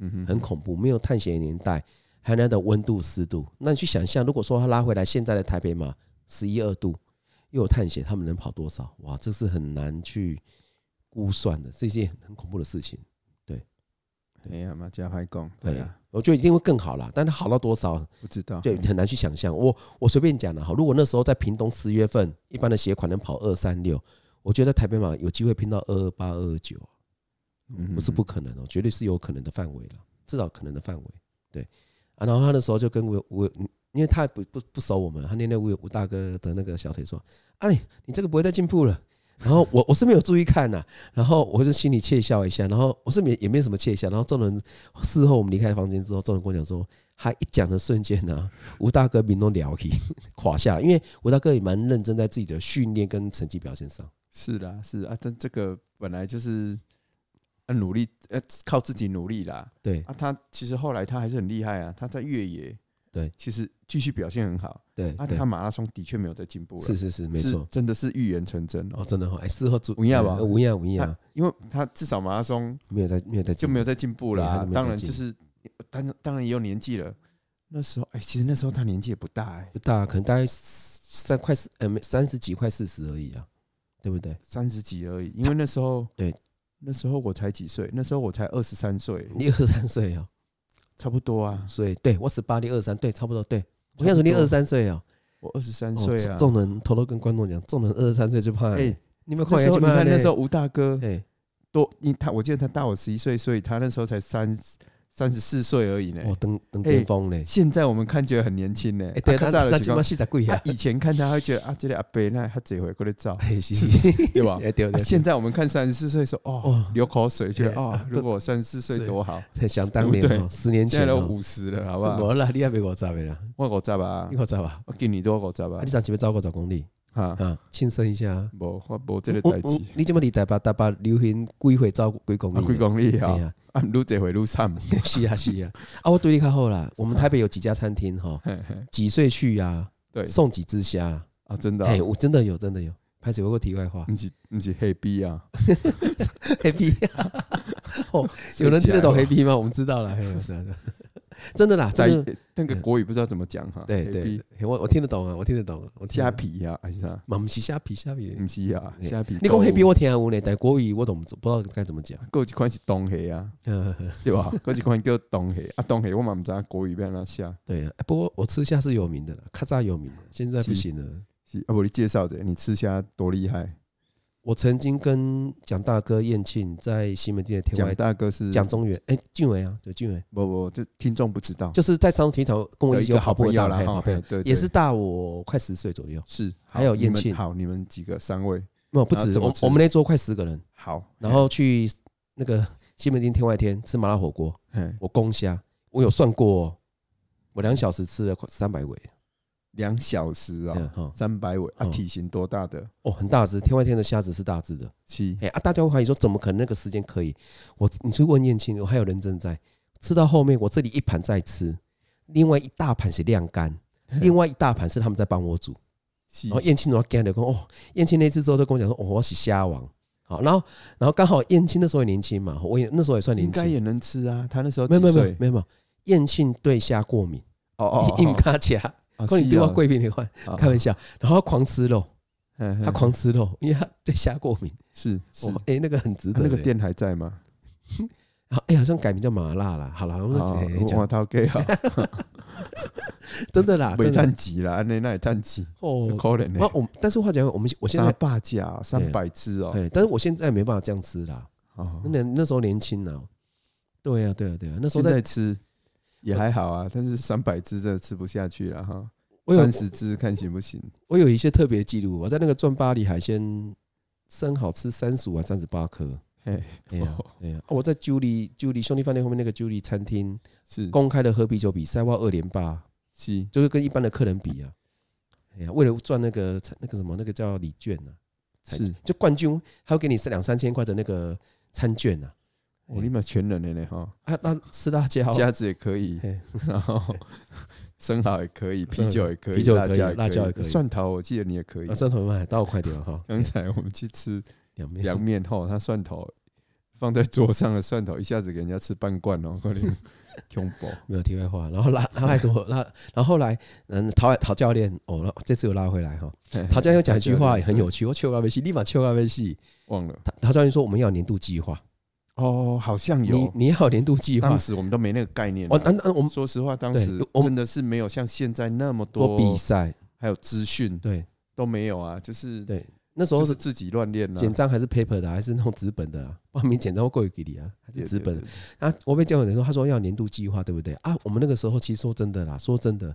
S3: 嗯哼，
S4: 很恐怖，没有探险的年代，还有那样的温度湿度。那你去想象，如果说它拉回来现在的台北嘛，十一二度，又有探险，他们能跑多少？哇，这是很难去估算的，这是一件很恐怖的事情。
S3: 哎呀嘛，加拍工，对
S4: 对
S3: 啊，，
S4: 我觉得一定会更好啦，但它好到多少，
S3: 不知道，
S4: 对，很难去想象。我我随便讲了哈，如果那时候在屏东十月份，一般的鞋款能跑二三六，我觉得台北马有机会拼到二二八、二二九。
S3: 嗯哼
S4: 不是不可能哦，绝对是有可能的范围了，至少可能的范围。对啊，然后他那时候就跟我我，因为他不不不熟我们，他念念吴吴大哥的那个小腿说：“啊你你这个不会再进步了。”然后我我是没有注意看呐、然后我就心里窃笑一下，然后我是没也没什么窃笑，然后众人事后我们离开房间之后，众人跟我讲说，他一讲的瞬间呢、吴大哥民都聊起垮下来，因为吴大哥也蛮认真在自己的训练跟成绩表现上，
S3: 是啦，是啊，但这个本来就是呃努力，呃，靠自己努力啦。
S4: 对，
S3: 啊，他其实后来他还是很厉害啊，他在越野
S4: 对，
S3: 其实继续表现很好。
S4: 对
S3: 啊，
S4: 对
S3: 他，马拉松的确没有在进步了，
S4: 是是是，没错
S3: 是。真的是预言成真
S4: 哦，
S3: 哦。
S4: 真的哈，哎，事后主
S3: 文亚吧
S4: 文亚文
S3: 他
S4: 亚
S3: 因为他至少马拉松
S4: 啊没有在没有在
S3: 就没有在进步啦、
S4: 对他就没有在
S3: 当然
S4: 进
S3: 就是，当当然也有年纪了。那时候，哎、其实那时候他年纪也不大、哎，
S4: 不大，可能大概三快四呃没三十几快四十而已啊，对不对？
S3: 三十几而已。因为那时候，
S4: 对，
S3: 那时候我才几岁？那时候我才二十三岁，
S4: 你二十三岁哦，
S3: 差不多啊。
S4: 所以对我十八，你二十三，对，差不多对。我想说你二十三岁哦，
S3: 我二十三
S4: 哦
S3: 岁
S4: 众
S3: 啊。
S4: 众人偷偷跟观众讲，众人二十三岁就怕
S3: 哎、
S4: 欸，你
S3: 那
S4: 们快
S3: 时
S4: 点
S3: 候
S4: 去
S3: 你
S4: 骂
S3: 看那
S4: 嘞
S3: 时候吴大哥
S4: 哎，
S3: 多，因他我记得他大我十一岁，所以他那时候才三三十四岁而已呢。
S4: 我登登
S3: 哎
S4: 哦巅峰嘞，
S3: 现在我们看觉得很年轻呢。
S4: 哎，对，
S3: 啊较
S4: 他
S3: 早就是
S4: 他起
S3: 讲
S4: 码四十几
S3: 啊
S4: 啊，，
S3: 以前看他会觉得啊，这个阿伯那他这回过来照，
S4: 哎是是是，
S3: 对吧？
S4: 哎 对
S3: 啊
S4: 对，
S3: 现在我们看三十四岁说哦，
S4: 哦，
S3: 流口水，觉得
S4: 对
S3: 哦
S4: 啊，
S3: 如果我三十四岁多好，
S4: 想当年
S3: 对不
S4: 哦，十年
S3: 现在
S4: 前
S3: 都
S4: 哦，
S3: 五十了，好不好？
S4: 无啦，你也没我十的啦，
S3: 我五十啊
S4: 你，我十吧，
S3: 我今年都五十
S4: 啊
S3: 啊
S4: 你，上起要走五十公里
S3: 哈，
S4: 啊，哦庆生一下啊。
S3: 无我无这个代
S4: 我我
S3: 志，
S4: 你怎么伫台北台北流行几回走几公
S3: 啊，
S4: 里？
S3: 几公里
S4: 哎
S3: 啊，
S4: 呀，
S3: 啊，愈这回愈惨，
S4: 是啊是啊。啊，我对你较好啦。我们台北有几家餐厅哈，
S3: 嘿嘿
S4: 几岁去呀？
S3: 对
S4: 送几只虾啦。
S3: 啊，真的啊，嗯
S4: 哎，我真的有真的有。拍水有个题外话
S3: 不是不是黑逼啊，
S4: 黑皮，哦， 有人听得懂黑皮吗？我们知道了，嘿我知道 了真的啦，
S3: 啊在
S4: 真的。
S3: 那个国语不知道怎么讲哈，
S4: 对
S3: 黑
S4: 对
S3: 逼，
S4: 嘿我我听得懂啊，我听得懂啊，我听得
S3: 虾
S4: 懂，
S3: 皮啊，还是啥？
S4: 嘛不是虾皮虾皮。
S3: 不是啊，
S4: 嘿
S3: 虾皮，
S4: 你讲黑皮我听有呢，但国语我懂不知道该怎么讲。
S3: 还有一款是东黑啊。对吧？ 嗰一款叫东黑啊，东黑我嘛毋知影国语要安怎写，
S4: 对啊，不过我吃虾是有名的啦，咔嚓有名的，现在不
S3: 是
S4: 行了。
S3: 是啊，无你介绍者，你吃虾多厉害？
S4: 我曾经跟蒋大哥宴庆在西门町的天
S3: 蒋
S4: 外，
S3: 大哥是
S4: 蒋，中原，哎、俊伟啊，对，俊伟，
S3: 不不，这听众不知道，
S4: 就是在商体场跟我
S3: 有
S4: 一
S3: 一
S4: 起有
S3: 个
S4: 好
S3: 朋友啦，
S4: 啦，嘿
S3: 哈
S4: 好朋友
S3: 嘿对，对
S4: 也是大我快十岁左右，
S3: 是，
S4: 还有
S3: 好
S4: 燕
S3: 你们
S4: 庆
S3: 好，你们几个三位，
S4: 没有不
S3: 啊
S4: 止，
S3: 怎么
S4: 我
S3: 吃
S4: 我们那桌快十个人，
S3: 好，
S4: 然后去那个西门町天外天吃麻辣火锅，
S3: 嘿
S4: 我公虾，我有算过、哦，我两小时吃了快三百尾，
S3: 两小时
S4: 嗯
S3: 啊，
S4: 哈、
S3: 三百尾啊，
S4: 哦
S3: 体型多大的？
S4: 哦，很大只，天外天的虾子是大只的，
S3: 是
S4: 哎、啊，大家会怀疑说，怎么可能那个时间可以？我你去问燕青，我还有人正在吃到后面，我这里一盘在吃，另外一大盘是晾干， 另外一大盘是他们在帮我煮。
S3: 是
S4: 然后燕青我要干的跟我哦，燕青那次之后就跟我讲说，哦，我要洗虾王。好，然后然后刚好燕青那时候也年轻嘛，我也那时候也算
S3: 应
S4: 年轻
S3: 该，也能吃啊，他那时候
S4: 没有没
S3: 几
S4: 有没有
S3: 岁？
S4: 没有没有，燕青对虾过敏，
S3: 哦哦，
S4: 硬卡起来，
S3: 哦，
S4: 跟你
S3: 是
S4: 丢
S3: 啊
S4: 到贵宾的话，开玩，笑，然后他狂吃肉，他
S3: 他
S4: 狂吃肉，因为他对虾过敏。
S3: 是嗯是
S4: 哦，，哎，那个很值
S3: 啊
S4: 得
S3: 那个
S4: 嘞
S3: 店还在吗？
S4: 好，哎、好像改名叫麻辣啦。好啦，我
S3: 哦
S4: 们讲、
S3: 我头给啊，
S4: 真的啦，
S3: 没
S4: 啊真的
S3: 趁钱啦，安尼那也趁钱，
S4: 哦
S3: 这。可怜的
S4: 那。我但是话讲，我们我现
S3: 三
S4: 在
S3: 百只啊，三百只哦
S4: 哎、。但是我现在没办法这样吃啦。
S3: 哦
S4: 那那时候年轻啊，对呀、对呀、对呀、那时候
S3: 现
S4: 在
S3: 在吃也还好啊，但是三百只真的吃不下去了哈。
S4: 我有
S3: 三十只看行不行？
S4: 我有一些特别记录，我在那个转巴黎海鲜生蚝吃三十五还三十八颗。
S3: 嘿，
S4: 哎呀
S3: 哦
S4: 哎呀，啊我在 Julie Julie 兄弟饭店后面那个 Julie 餐厅
S3: 是
S4: 公开的喝啤酒比赛，哇，二连霸，
S3: 是
S4: 就是跟一般的客人比啊。哎呀，为了赚那个那个什么那个叫礼券啊，餐
S3: 是，
S4: 就冠军，他会给你三两三千块的那个餐券呐、
S3: 我立马全能的呢哈，
S4: 啊。啊，那吃辣椒，
S3: 虾子也可以
S4: 嘿，
S3: 然 后生蚝也可以，啤酒也可以，
S4: 啤酒也
S3: 辣
S4: 可以
S3: 椒
S4: 辣椒也可以
S3: 蒜头我记得你也可以
S4: 啊，。蒜头买到快点了哈，
S3: 刚才我们去吃
S4: 两面
S3: 凉面后，他蒜头放在桌上的蒜头一下子给人家吃半罐哦，可怜恐怖。
S4: 没有题外话。然后拉拉太多拉，然后后来嗯，陶陶教练哦，那这次又拉回来哈。
S3: 哎
S4: 陶教练有讲一句话也很有趣，我求拉微戏，立马求拉微戏。
S3: 忘了
S4: 陶陶教练说我们要有年度计划，
S3: 哦，好像
S4: 你
S3: 有，
S4: 你要有年度计划
S3: 当。时我们都没那个概念啊。
S4: 哦，那那我们
S3: 说实话，当
S4: 对
S3: 时
S4: 我们
S3: 真的是没有像现在那么
S4: 多
S3: 多
S4: 比赛，
S3: 还有资讯
S4: 对
S3: 都没有啊，就是
S4: 对，那时候
S3: 就是是自己乱练了。
S4: 简章还是 paper 的啊、还是那种纸本的啊？报名简章会过于给你啊，还
S3: 对
S4: 是纸本的
S3: 对？对
S4: 啊，我被教有人说，他说要年度计划，对不对啊？我们那个时候其实说真的啦，说真的，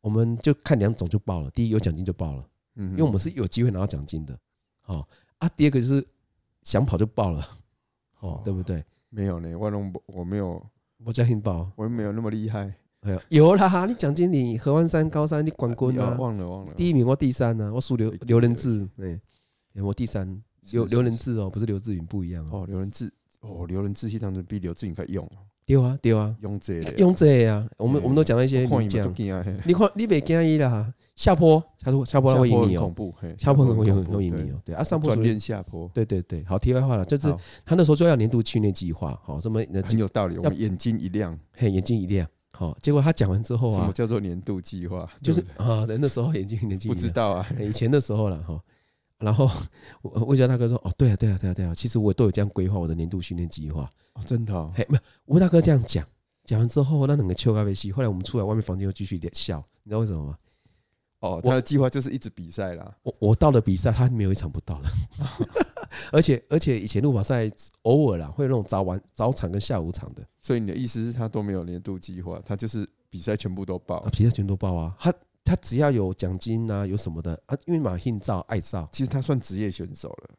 S4: 我们就看两种就报了。第一有奖金就报了，
S3: 嗯，
S4: 因为我们是有机会拿到奖金的。好、啊，第二个就是想跑就报了，哦
S3: 哦，
S4: 对不对？
S3: 没有呢，万隆我没有，
S4: 我叫信报，
S3: 我没有那么厉害。
S4: 哎呦，有啦，你奖金你合欢山高山你管过
S3: 你
S4: 啊
S3: 哦，忘了忘了，
S4: 第一名我第三啊，我输刘
S3: 对对
S4: 刘仁
S3: 对
S4: 志，哎、我第三，
S3: 是
S4: 刘
S3: 是
S4: 刘仁
S3: 是
S4: 志哦，不是刘志云不一样哦。
S3: 哦，刘仁志哦，刘仁志系当中比刘志颖该用哦，
S4: 对啊对啊，
S3: 用这个，
S4: 用这个啊，我
S3: 嗯
S4: 们我们都讲到一些
S3: 我看
S4: 名
S3: 伊
S4: 将
S3: 们，惊啊，嘿
S4: 你看你别惊伊啦，下坡下坡下坡他会赢你
S3: 下坡很
S4: 哦
S3: 恐，怖，嘿
S4: 下坡会
S3: 很
S4: 很
S3: 恐怖
S4: 会赢你哦，对啊，上
S3: 对
S4: 坡
S3: 转
S4: 属于
S3: 练下坡，
S4: 对对对，好，题外话了，就是
S3: 好
S4: 他那时候就要年度训练计划，好，这么那
S3: 很有道理，我
S4: 要
S3: 们眼睛一亮，
S4: 嘿眼睛一亮，好，结果他讲完之后
S3: 什么
S4: 啊，
S3: 叫做年度计划？
S4: 就是
S3: 对不
S4: 啊，对那时候眼睛眼睛
S3: 对不
S4: 一
S3: 知
S4: 亮。
S3: 道啊，
S4: 哎以前的时候了哈。然后 我我魏教大哥说：“哦，对啊，对啊，对啊，对啊，其实我都有这样规划我的年度训练计划。
S3: 哦真的哦，
S4: 嘿，没有，吴大哥这样讲，讲完之后，那两个秋咖啡西。后来我们出来外面房间又继续笑，你知道为什么吗？
S3: 哦，他的计划就是一直比赛啦，
S4: 我我到了比赛，他没有一场不到 的，而且而且以前路跑赛偶尔啦会有那种早晚早场跟下午场的，
S3: 所以你的意思是他都没有年度计划，他就是比赛全部都报
S4: 啊，。比赛全都报啊。他他只要有奖金啊，有什么的啊，因为马信照爱照，
S3: 其实他算职业选手了，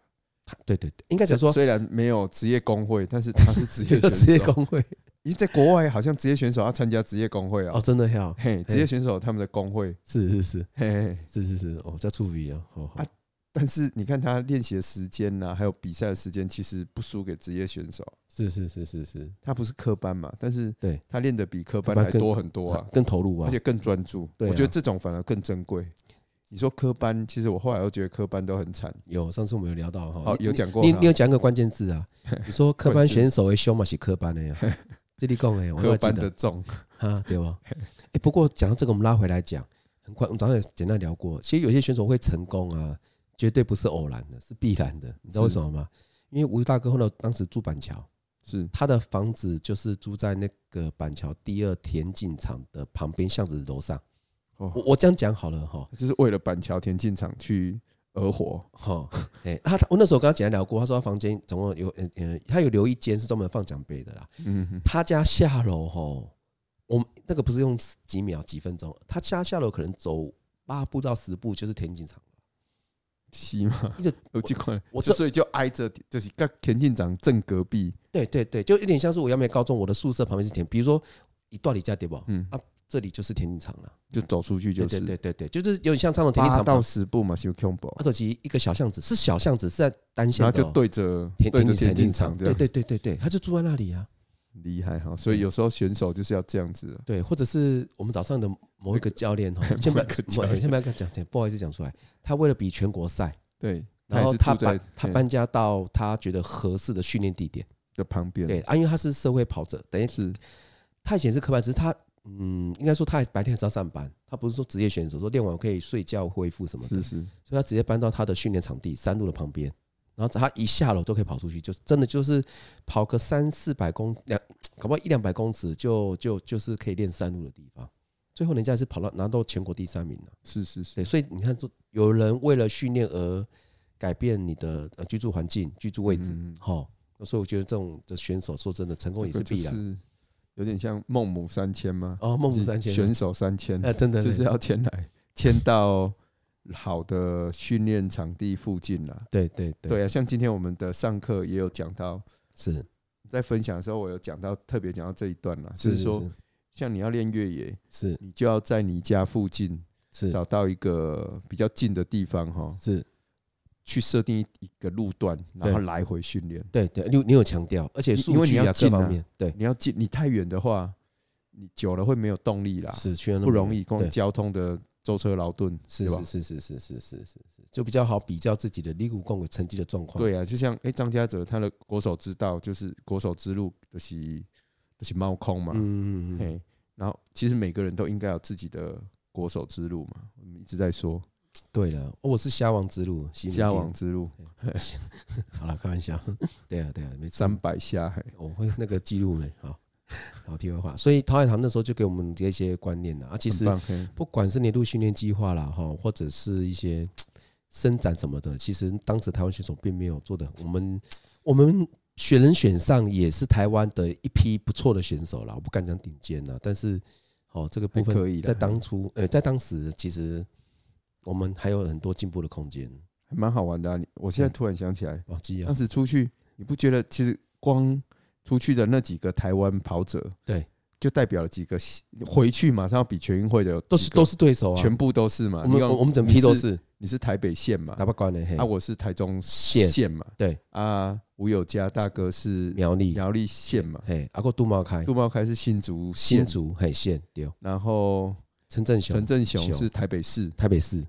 S4: 他对对对，应该讲说
S3: 虽然没有职业工会，但是他是职 业选
S4: 职业
S3: 手。
S4: 工会
S3: 因为在国外好像职业选手要参加职业工会
S4: 哦，
S3: 啊，
S4: 真的呀，
S3: 嘿，职业选手他们的工会，
S4: 是是是。”
S3: 嘿嘿，
S4: 是是是，哦，叫触笔啊，好好
S3: 啊但是你看他练习的时间呐、还有比赛的时间，其实不输给职业选手。
S4: 是是是是是，
S3: 他不是科班嘛，但是
S4: 对
S3: 他练的比科班
S4: 科班
S3: 还
S4: 更
S3: 多很多啊，
S4: 更投入啊，
S3: 而且更专注。
S4: 对啊
S3: 我觉得这种反而更珍贵。你说科班，其实我后来又觉得科班都很惨。
S4: 有上次我们有聊到哈，
S3: 哦，
S4: 你
S3: 有讲过
S4: 你
S3: 哈
S4: 你有讲一个关键字 啊，你说科班
S3: 关键
S4: 选手的凶嘛是科 班的呀，这里讲哎，我都
S3: 科
S4: 还记
S3: 班的
S4: 得
S3: 重，
S4: 啊，对吧？哎，不 过讲到这个，我们拉回来讲，很快我们早上也简单聊过，其实有些选手会成功啊，绝对不是偶然的，是必然的，你知道为
S3: 是
S4: 什么吗？因为吴大哥后来当时住板桥，
S3: 是
S4: 他的房子就是住在那个板桥第二田径场的旁边巷子楼上。
S3: 哦
S4: 我我这样讲好了哈，
S3: 就是为了板桥田径场去而活。
S4: 哦，哎、他他我那时候跟他简单聊过，他说他房间总共有呃呃，他有留一间是专门放奖杯的啦。
S3: 嗯哼，
S4: 他家下楼吼，我们那个不是用几秒几分钟，他家下楼可能走八步到十步就是田径场，
S3: 是吗？
S4: 一直
S3: 有这款，
S4: 我
S3: 就
S4: 这
S3: 所以就挨着，就是跟田径场正隔壁。
S4: 对对对，就有点像是我要没高中我的宿舍旁边是田，比如说一段你家对不？
S3: 嗯，
S4: 啊，这里就是田径场了，
S3: 就走出去
S4: 对
S3: 就是
S4: 对对对对，就是有点像长隆田径
S3: 八
S4: 场啊
S3: 到
S4: 旁，
S3: 十步嘛，是 combo，
S4: 阿斗奇一个小巷子，是小巷子，是在单线
S3: 然后
S4: 的、
S3: 就。对着
S4: 田
S3: 对
S4: 田
S3: 着
S4: 径
S3: 田
S4: 田
S3: 径
S4: 径
S3: 场
S4: 场，
S3: 这
S4: 对
S3: 样
S4: 对对对对，他就住在那里啊。
S3: 厉害哈。所以有时候选手就是要这样子，，
S4: 对，或者是我们早上的某一个教 练哦先不要
S3: 某一个教
S4: 某
S3: 练
S4: 先不要跟他讲，先不好意思讲出来，他为了比全国赛，
S3: 对。
S4: 然
S3: 也
S4: 后
S3: 是
S4: 他
S3: 住在
S4: 搬他
S3: 嘿
S4: 搬家到他觉得合适的训练地点，
S3: 的旁边，
S4: 对啊，因为他是社会跑者，等于
S3: 是
S4: 他以前是科班，只是他嗯，应该说他还白天还是要上班，他不是说职业选手，说练完可以睡觉恢复什么的，
S3: 是是，
S4: 所以他直接搬到他的训练场地山路的旁边，然后他一下楼都可以跑出去，就是真的就是跑个三四百公两，搞不好一两百公尺就就就是可以练山路的地方。最后人家还是跑到拿到全国第三名了。
S3: 是是是，
S4: 对，所以你看，就有人为了训练而改变你的呃居住环境、居住位置，
S3: 嗯
S4: 好、所以我觉得这种的选手，说真的，成功也
S3: 这
S4: 是
S3: 个就
S4: 必然。
S3: 是有点像孟母三迁吗？
S4: 哦，孟母三迁，
S3: 选手三迁，
S4: 呃，真的
S3: 就是
S4: 嘞
S3: 要迁来迁到好的训练场地附近啦。
S4: 对对对，
S3: 对啊，像今天我们的上课也有讲到，
S4: 是
S3: 在分享的时候我有讲到，特别讲到这一段啦，就是说，像你要练越野，
S4: 是
S3: 你就要在你家附近
S4: 是
S3: 找到一个比较近的地方哈，
S4: 是，
S3: 去设定一个路段，然后来回训练。
S4: 对对，你有你有强调，而且
S3: 因
S4: 数
S3: 为你
S4: 据
S3: 要
S4: 啊各
S3: 进啊
S4: 方面，对，
S3: 你要近，你太远的话，你久了会没有动力啦，
S4: 是去了那
S3: 啊不
S4: 么
S3: 容
S4: 远
S3: 易，光
S4: 对
S3: 交通的舟车劳顿，
S4: 是
S3: 对吧
S4: 是？是是是是是是是，就比较好比较自己的立谷共的成绩的状况。
S3: 对啊，就像哎，张家泽他的国手之道就是国手之路，就是就是猫空嘛，
S4: 嗯，嗯嗯嗯，
S3: 嘿，然后其实每个人都应该有自己的国手之路嘛，我们一直在说
S4: 对了，哦我是虾王之路，西门
S3: 家
S4: 町
S3: 王之路，
S4: 好了，开 玩笑。对啊对啊，没错
S3: 三，百下，嘿
S4: 我哦会那个记录呢。好，好题外话，所以陶海棠那时候就给我们这些观念了啊。其
S3: 很
S4: 实
S3: 棒嘿
S4: 不管是年度训练计划啦，哈，或者是一些伸展什么的，其实当时台湾选手并没有做的。我们我们选人选上也是台湾的一批不错的选手啦，我不敢讲顶尖啦，但是哦，这个
S3: 还
S4: 部
S3: 可以
S4: 分
S3: 啦
S4: 在当初呃，在当时其实我们还有很多进步的空间。
S3: 还蛮好玩的啊。你我现在突然想起来，
S4: 哇，记
S3: 当
S4: 啊，
S3: 时出去，你不觉得其实光出去的那几个台湾跑者，
S4: 对，
S3: 就代表了几个回去马上要比全运会的有
S4: 都是
S3: 几个
S4: 都是对手啊，
S3: 全部都是嘛。
S4: 我
S3: 你
S4: 们
S3: 看
S4: 我们整批都
S3: 你是，
S4: 是
S3: 你是台北县嘛
S4: 打，不关的，嘿
S3: 啊，我是台中
S4: 县
S3: 县嘛，
S4: 对
S3: 啊，吴有嘉大哥是
S4: 苗栗，
S3: 苗栗县嘛，
S4: 嘿，阿个杜茂开，
S3: 杜茂开是新竹县
S4: 新，竹嘿县丢，
S3: 然后
S4: 陈振
S3: 陈
S4: 雄，
S3: 振雄
S4: 雄
S3: 是台北市，
S4: 台北市，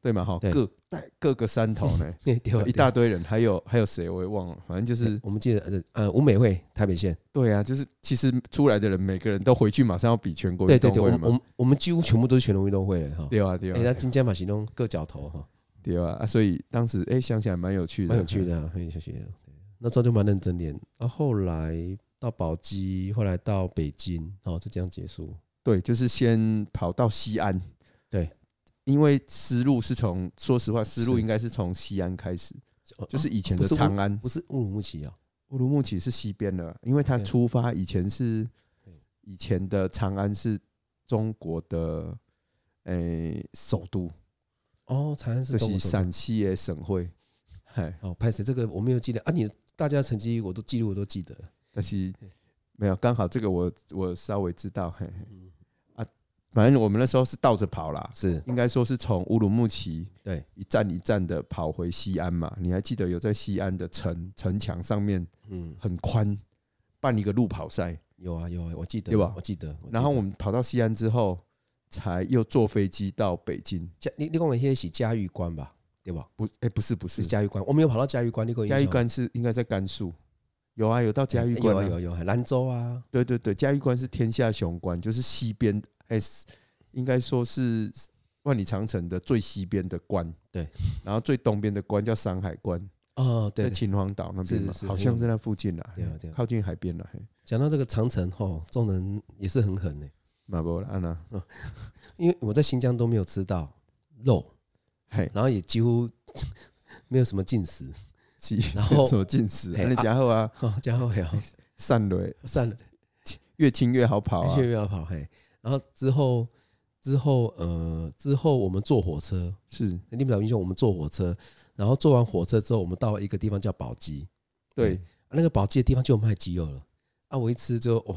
S3: 对嘛？哈，
S4: 对
S3: 各带各个山头 呢，
S4: 嘿丢
S3: 一大堆人，还有还有谁我也忘了，反正就
S4: 对
S3: 是
S4: 我们记得呃呃吴美惠台北县，
S3: 对啊，就是其实出来的人每个人都回去马上要比全国
S4: 对
S3: 运
S4: 对
S3: 动
S4: 对，我
S3: 会
S4: 们我
S3: 嘛
S4: 们，我们几乎全部都是全龙运动会了哈。
S3: 对啊对
S4: 哎，那
S3: 啊
S4: 金家马行动各角头哈，
S3: 对啊啊，所以当时哎想起来蛮有趣的，
S4: 蛮有趣的啊，很有趣的。那时候就蛮认真练，啊，后来到宝鸡，后来到北京，哦，就这样结束。
S3: 对，就是先跑到西安。
S4: 对，
S3: 因为丝路是从，说实话，丝路
S4: 是
S3: 应该是从西安开始，
S4: 哦
S3: 就是以前
S4: 不
S3: 的
S4: 是乌
S3: 长安。
S4: 不是乌鲁木齐啊，
S3: 乌鲁木齐是西边的，因为它
S4: 对
S3: 出发以前是
S4: 对，
S3: 以前的长安是中国的，诶、首都，
S4: 哦，长安是
S3: 这
S4: 东
S3: 是
S4: 吴首都
S3: 陕西的省会。嗨，
S4: 哦，拍谁这个我没有记得啊，你大家的成绩我都记录，我都记得了。
S3: 但是
S4: 对
S3: 没有，刚好这个我我稍微知道，嘿嘿啊，反正我们那时候是倒着跑啦，
S4: 嗯是
S3: 应该说是从乌鲁木齐
S4: 对
S3: 一站一站的跑回西安嘛。你还记得有在西安的城城墙上面
S4: 嗯，
S3: 很宽办一个路跑赛，
S4: 有啊有啊，我记得，
S3: 对吧
S4: 我记得。记得
S3: 然后我们跑到西安之后，才又坐飞机到北京。
S4: 嘉，你你跟我一起嘉峪关吧，对吧？
S3: 不，哎、不是不
S4: 是
S3: 是，
S4: 嘉峪关，我没有跑到嘉峪关，你跟我
S3: 嘉峪关是应该在甘肃。有啊，有到嘉峪关、
S4: 有
S3: 啊
S4: 啊有啊有啊，兰州啊，
S3: 对对对，嘉峪关是天下雄关，就是西边，哎、是应该说是万里长城的最西边的关。
S4: 对，
S3: 然后最东边的关叫山海关。
S4: 哦
S3: 在
S4: 对，
S3: 秦皇岛那边嘛
S4: 是是，是
S3: 好像在那附近啦，
S4: 对啊对啊
S3: 靠近海边啦。嘿
S4: 讲到这个长城吼，众人也是很狠呢、
S3: 马博啦，安啊娜，
S4: 因为我在新疆都没有吃到肉，
S3: 嘿，
S4: 然后也几乎没有什么进食。
S3: 是
S4: 然 后
S3: 什么进食啊？
S4: 嘿
S3: 那家伙啊，
S4: 好、哦，家伙呀，
S3: 散雷
S4: 算了，
S3: 越轻越好跑啊
S4: 越，越要跑嘿。然后之后之后呃之后我们坐火车，
S3: 是
S4: 那利不岛英雄，我们坐火车，然后坐完火车之后，我们到了一个地方叫宝鸡，
S3: 对，
S4: 啊那个宝鸡的地方就有卖鸡肉了。啊，我一吃就哦，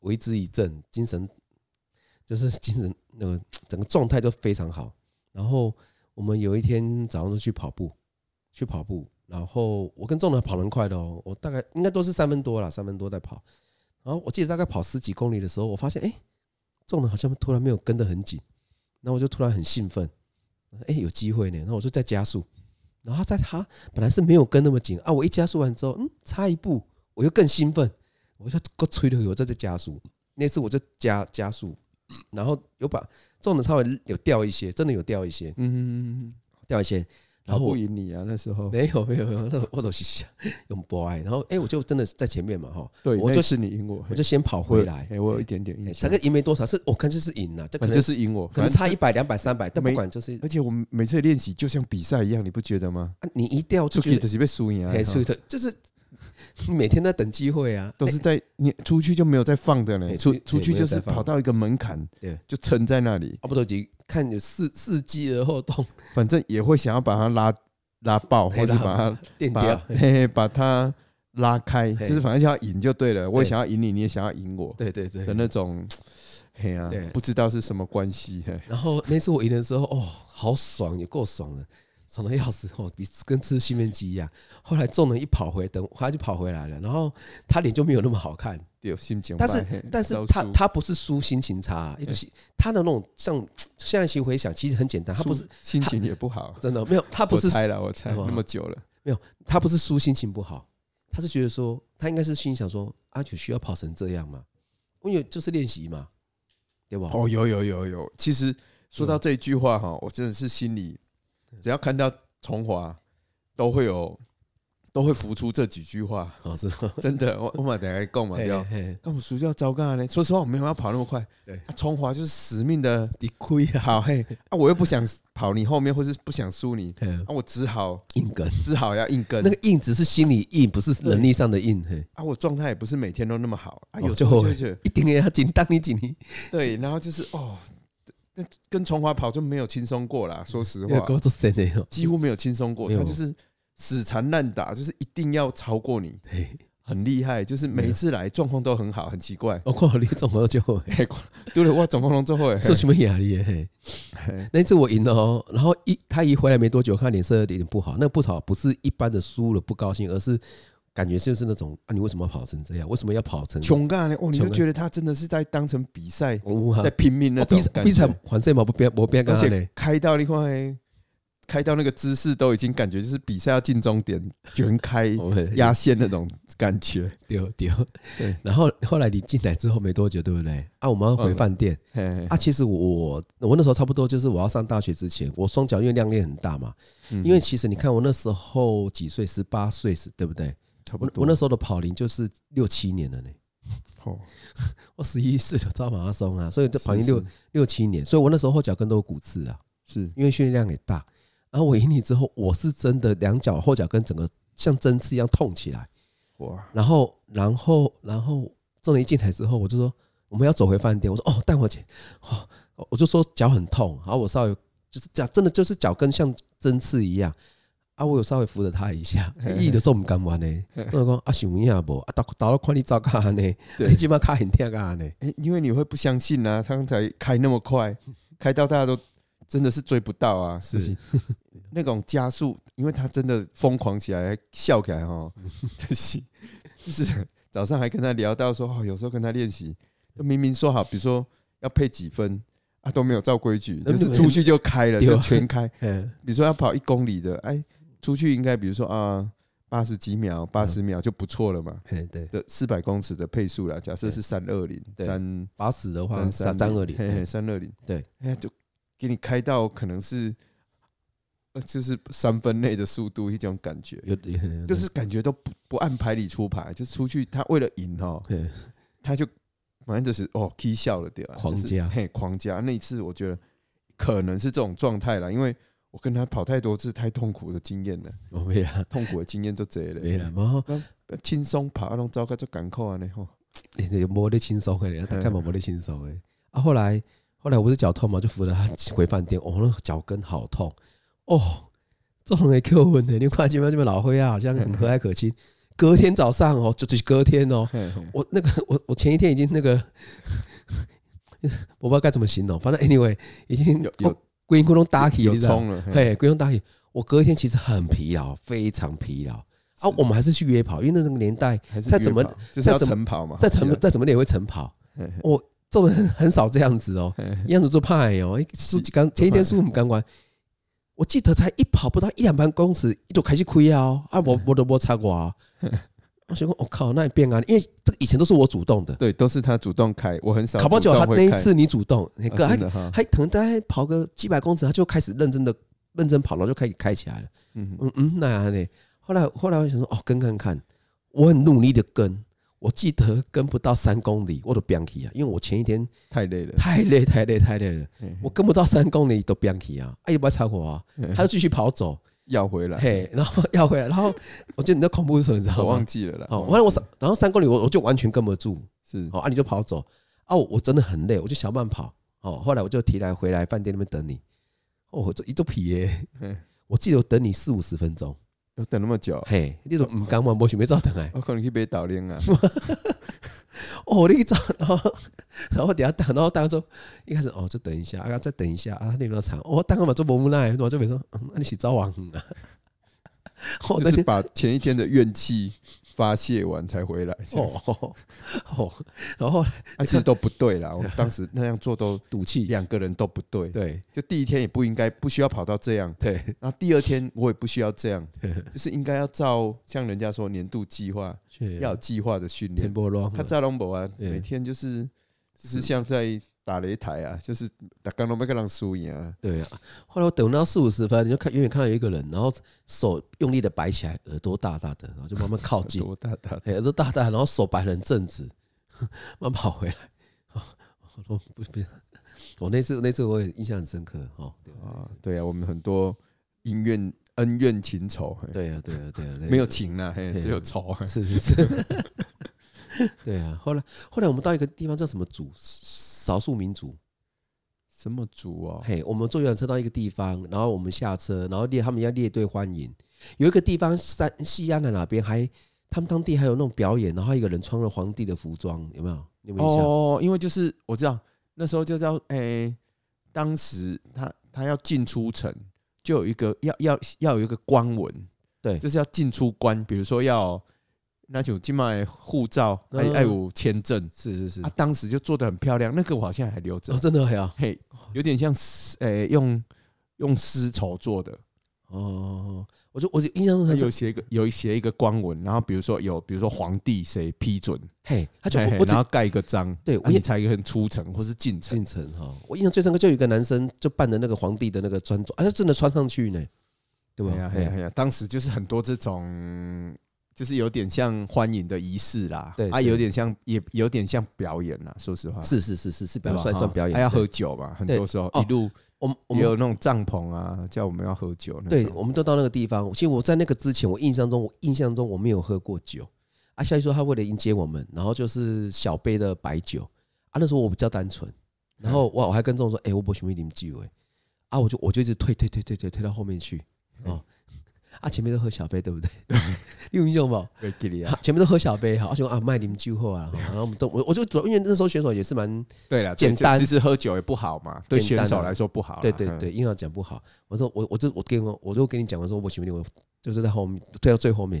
S4: 为之一振，精神就是精神那个整个状态都非常好。然后我们有一天早上就去跑步，去跑步，然后我跟众人跑得很快的哦，我大概应该都是三分多啦，三分多在跑。然后我记得大概跑十几公里的时候，我发现哎，众人好像突然没有跟得很紧，然后我就突然很兴奋，哎，有机会呢，然后我就再加速。然后他在他本来是没有跟那么紧啊，我一加速完之后，嗯，差一步，我又更兴奋，我就够吹了，我再再加速。那次我就加加速，然后有把重点稍微有掉一些，真的有掉一些，
S3: 嗯，
S4: 掉一些。然
S3: 跑
S4: 后我
S3: 不赢你啊，那时候，
S4: 没有没有没有，那我都是用博爱。然后哎、我就真的在前面嘛哈，
S3: 对，
S4: 我
S3: 那
S4: 就
S3: 次你赢我，
S4: 我就先跑
S3: 我
S4: 回来，
S3: 哎，我有一点点
S4: 哎
S3: 印
S4: 大
S3: 象
S4: 概，赢没多少，是我看就是赢了，这可
S3: 反
S4: 能
S3: 正就是赢我，
S4: 可能
S3: 反正
S4: 差一百两百三百，但不
S3: 没
S4: 管就是啊
S3: 而且我们每次练习就像比赛一样，你不觉得吗？
S4: 啊，你一掉
S3: 出
S4: 就
S3: 去
S4: 觉
S3: 只
S4: 得
S3: 是被输赢啊，
S4: 哎，出
S3: 哈
S4: 去的就是 你每天在等机会啊，
S3: 都
S4: 哎
S3: 是在你出去就没有再放的呢，
S4: 哎
S3: 出
S4: 出
S3: 出去
S4: 对没
S3: 就
S4: 有
S3: 是
S4: 再放
S3: 跑到一个门槛，
S4: 对，
S3: 就撑在那里，
S4: 啊，不多急，看有伺伺机而后动，
S3: 反正也会想要把它拉拉爆，
S4: 嘿
S3: 或者
S4: 拉
S3: 把它
S4: 电
S3: 把
S4: 掉
S3: 它。嘿嘿把它拉开，
S4: 嘿
S3: 就是反正想要赢就对了。我也
S4: 对
S3: 想要赢你，你也想要赢我
S4: 对对对
S3: 的。那种，嘿啊
S4: 对，
S3: 不知道是什么关系。嘿
S4: 然后那次我赢的时候，哦，好爽，也够爽的，爽的要死哦，比跟吃西面鸡一样。后来众人一跑回，等他就跑回来了，然后他脸就没有那么好看，
S3: 对，心情坏。
S4: 但是
S3: 嘿
S4: 但是
S3: 招
S4: 他
S3: 数
S4: 他不是输心情差、一种心他的那种像现在其实回想，其实很简单，他不
S3: 输
S4: 是
S3: 心情也不好，
S4: 真的没有，他不是
S3: 我猜了，我猜
S4: 好不好
S3: 那么久了，
S4: 他不是输心情不好，他是觉得说，他应该是心想说，阿、啊、九需要跑成这样吗？因为就是练习嘛，对吧？
S3: 哦，有有有有，其实说
S4: 嗯
S3: 到这一句话哈，我真的是心里，只要看到崇华，都会有都会浮出这几句话，
S4: 好，哦是 吧？
S3: 真的，我我马等下讲嘛掉。
S4: 嘿嘿
S3: 跟我暑假糟糕呢，啊说实话我没有要跑那么快，
S4: 对
S3: 啊，中华就是死命的
S4: 你亏啊！
S3: 跑 嘿，啊，我又不想跑你后面，或是不想输你，啊，我只好
S4: 硬梗，
S3: 只好要硬跟，
S4: 那个硬只是心理硬，不是能力上的硬。嘿，
S3: 啊，我状态也不是每天都那么好，啊，
S4: 哦
S3: 有时候
S4: 就
S3: 就
S4: 会
S3: 会觉得
S4: 一定要紧，当你紧你
S3: 对，然后就是哦，那跟中华跑就没有轻松过啦，说 实
S4: 要
S3: 话
S4: 给，我做真的哦。
S3: 几乎没有轻松过，
S4: 没有
S3: 他就是死缠烂打，就是一定要超过你，
S4: 嘿，
S3: 很厉害，就是每一次来状况都很好，很奇 怪。
S4: 我看你总合就会
S3: 对了，哇，总共龙之后，
S4: 做什么压力？嘿，那一次我赢了哦，然后一他一回来没多久，我看脸色有点不好。那个不好不是一般的输了不高兴，而是感觉就是那种啊，你为什么跑成这样？为什么要跑成？
S3: 穷干呢，哦，你就
S4: 穷干
S3: 觉得他真的是在当成比赛，
S4: 我哈
S3: 在，拼命那
S4: 我
S3: 种
S4: 哦比
S3: 感
S4: 比
S3: 觉
S4: 赛，还赛嘛，不变不变
S3: 而
S4: 干啥
S3: 且
S4: 嘞？
S3: 开到另外开到那个姿势都已经感觉就是比赛要进终点，全开
S4: 我们
S3: 压线那种感觉。
S4: 哦丢丢
S3: 对。
S4: 然后后来你进来之后没多久，对不对？啊，我们要回
S3: 嗯
S4: 饭店，
S3: 嘿
S4: 啊，其实我我我那时候差不多就是我要上大学之前，我双脚因为量练很大嘛，
S3: 嗯
S4: 因为其实你看我那时候几岁，十八岁是对不对？
S3: 差不
S4: 我
S3: 多，
S4: 我那时候的跑龄就是六七年了呢，
S3: 哦
S4: 我十一岁就跑马拉 松啊，所以就跑龄
S3: 是
S4: 六六七年，所以我那时候后脚跟都有骨刺啊，
S3: 是
S4: 因为训练量也大。然后我赢你之后，我是真的两脚后脚跟整个像针刺一样痛起来，
S3: 哇，
S4: 然后然后然后重点一进来之后，我就说我们要走回饭店，我说哦，淡我姐，哦，我就说脚很痛，然后我稍微就是这样，真的就是脚跟像针刺一样。啊，我有稍微扶着她一下，伊就说唔甘愿呢，所以讲啊想有影无，啊打打到看你糟咖呢，
S3: 对
S4: 你即马卡很痛咖呢，
S3: 哎，因为你会不相信啊，他刚才开那么快，开到大家都真的是追不到啊，
S4: 是
S3: 就是那种加速，因为他真的疯狂起来，还笑起来哈，就是就是早上还跟他聊到说，哦，有时候跟他练习，就明明说好，比如说要配几分啊，都没有照规矩，
S4: 那
S3: 就是
S4: 你们
S3: 出去就开了，
S4: 呃对啊
S3: 就全开。
S4: 嗯，
S3: 比如说要跑一公里的，哎，出去应该比如说啊，八十几秒、八
S4: 嗯
S3: 十秒就不错了嘛。
S4: 嘿对，
S3: 的四百公尺的配速啦，假设是三二零
S4: 对
S3: 三。
S4: 打死的话
S3: 三
S4: 三三二零，
S3: 嘿嘿，三二零，
S4: 对，
S3: 哎呀，就给你开到可能是，呃就是三分内的速度一种感觉，
S4: 有有
S3: 就是感觉都不不按牌理出牌，就出去他为了赢哦，
S4: 嘿
S3: 他就反正就是哦，踢笑了对吧？
S4: 狂
S3: 就是
S4: 加
S3: 嘿，狂加那一次，我觉得可能是这种状态啦，因为我跟他跑太多次，太痛苦的经验了，
S4: 我没啦
S3: 痛苦的经验就这了，
S4: 没啦，然后
S3: 轻松跑那种糟糕就赶扣啊呢吼，
S4: 欸也没得轻松
S3: 嗯
S4: 诶，大概嘛没得轻松诶。啊，后来后来我不是脚痛嘛，就扶着他回饭店，哦，那脚跟好痛哦，这种的 Q 问的，你看见没有？这边老灰啊，好像很和蔼可亲。隔天早上哦，就就是隔天哦，
S3: 嘿嘿
S4: 我那个我我前一天已经那个， 我不知道该怎么形容，反正 anyway 已经哦
S3: 有有
S4: 龟咕咚打起，
S3: 哦有
S4: 你知道吗
S3: 冲了，嘿
S4: 嘿，归功大体，我隔天其实很疲劳，非常疲劳啊。我们还是去约跑，因为那个年代
S3: 还是
S4: 再
S3: 约
S4: 怎么
S3: 跑就是要
S4: 再怎么
S3: 晨跑嘛，
S4: 再怎么
S3: 啊是啊
S4: 再怎么练也会晨跑，
S3: 嘿嘿
S4: 我这种人很少这样子哦，一样子做怕的哦，输几刚前一天输五刚关，我记得才一跑不到一两百公尺，就开始亏啊哦，啊我我都没擦过 啊，我想讲我、靠，那也变啊，因为这个以前都是我主动的，
S3: 对，都是他主动开，我很少主
S4: 卡包
S3: 动会开。
S4: 脚他那一次你主动，那个
S3: 啊，
S4: 还
S3: 真的哈，
S4: 还可能大概跑个几百公尺，他就开始认真的认真跑，然后就开始开起来了，
S3: 嗯，
S4: 嗯嗯，那样嘞，后来后来我想说哦跟看看，我很努力的跟。我记得跟不到三公里，我都飙起啊！因为我前一天
S3: 太累了。
S4: 太累太累太累了，
S3: 嘿嘿
S4: 我跟不到三公里都不想去啊，哎也不要超过啊，
S3: 嗯
S4: 他就继续跑走，
S3: 要回来，
S4: 嘿，然后要回来，然后我觉得你在恐怖是什么，你知道
S3: 我
S4: 吗
S3: 忘？记了啦。
S4: 哦，
S3: 忘
S4: 完了我
S3: 记
S4: 三，然后三公里我我就完全跟不住，
S3: 是
S4: 哦啊你就跑走，啊我我真的很累，我就想办法跑，哦后来我就提来回来饭店那边等你，哦我这一肚皮耶
S3: 嗯，
S4: 我记得我等你四五十分钟，
S3: 要等那么久，
S4: 嘿，你都唔敢玩，我想要照等哎，
S3: 我可能去被导练啊。
S4: 哦，你一早，然后然后等下等，然后大家就一开始哦，就等一下，啊，再等一下啊，那边长，哦，当然嘛，做伯木奈，我就没说，嗯，那你洗澡王啊， 我
S3: 就
S4: 那
S3: 是
S4: 天
S3: 把前一天的怨气发泄完才回来，这样
S4: 哦哦哦，然后
S3: 啊其实都不对 啦。我们当时那样做都
S4: 赌气，
S3: 两个人都不对，
S4: 对
S3: 就第一天也不应该不需要跑到这样，
S4: 对，
S3: 然后第二天我也不需要这样，就是应该要照像人家说年度计划，要有计划的训练
S4: 天。波浪，
S3: 他扎龙博啊，
S4: 嗯
S3: 每天就是就是像在打擂台啊，就是打刚龙被个人输赢啊，
S4: 对啊，后来我等到四五十分，你就看远远看到有一个人，然后手用力的摆起来，耳朵大大的，然后就慢慢靠近，
S3: 多大大
S4: 哎，耳朵大大，然后手摆了很正直，慢慢跑回来。哦我说不不，我那次那次我也印象很深刻哦。
S3: 啊！对啊，我们很多恩怨恩怨情仇，嘿
S4: 对啊，对啊，对啊，对啊
S3: 没有，情啊，嘿，
S4: 嘿
S3: 只有仇。嘿
S4: 是是是， 对啊。后来后来我们到一个地方叫什么族，少数民族，
S3: 什么族哦？
S4: 嘿，我们坐游览车到一个地方，然后我们下车，然后列他们要列队欢迎。有一个地方山西安的哪边还他们当地还有那种表演，然后一个人穿了皇帝的服装，有没有？你有没有印象？
S3: 哦，因为就是我知道那时候就叫诶、当时他他要进出城，就有一个要要要有一个官文，
S4: 对
S3: 就是要进出关，比如说要那就今麦护照，还
S4: 嗯
S3: 还有签证，
S4: 是是是，
S3: 他、当时就做的很漂亮，那个我好像还留着
S4: 哦，，真的有
S3: 嘿，有点像丝诶、用用丝绸做的，
S4: 哦，我就我就印象中
S3: 他
S4: 他
S3: 有
S4: 就
S3: 写一个有写一个官文，然后比如说有比如说皇帝谁批准，
S4: 嘿，他就
S3: 嘿嘿
S4: 我我只
S3: 然后盖一个章，
S4: 对
S3: 啊
S4: 我也
S3: 你才能出城或是进城。
S4: 进城哈，我印象最深刻就有一个男生就扮的那个皇帝的那个穿着，啊，他真的穿上去呢，对吧
S3: 哎呀？
S4: 嘿
S3: 哎呀哎呀，当时就是很多这种，就是有点像欢迎的仪式啦，
S4: 对
S3: 啊，
S4: 对
S3: 有点像也有点像表演啦。说实话，
S4: 是是是是是，
S3: 对
S4: 表
S3: 吧，
S4: 算
S3: 哈
S4: 算表演，哎
S3: 还要
S4: 对
S3: 喝酒嘛，很
S4: 对
S3: 多时候
S4: 哦
S3: 一路
S4: 我们我
S3: 也
S4: 们
S3: 有那种帐篷啊，叫我们要喝酒那
S4: 对，
S3: 种。
S4: 我们都到那个地方。其实我在那个之前，我印象中，我印象中我没有喝过酒。啊，夏雨说他为了迎接我们，然后就是小杯的白酒。啊，那时候我比较单纯，然后哇，我还跟众说，哎、我不喜欢你们聚会。啊，我就我就一直退退退退退退到后面去。哦，啊，前面都喝小杯，对不对？ 你有印象不？
S3: 对，给你啊，
S4: 啊前面都喝小杯，好，而且啊，卖你们酒后啊，然后我们都我我就主要因为那时候选手也是蛮
S3: 对了，
S4: 简
S3: 对就
S4: 单
S3: 其实喝酒也不好嘛，对
S4: 简单
S3: 选手
S4: 啊
S3: 来说不好啦。
S4: 对对
S3: 嗯，
S4: 对，英文讲不好。我说我我就我跟我我就跟你讲，我说我喜欢你，我就是在后面推到最后面。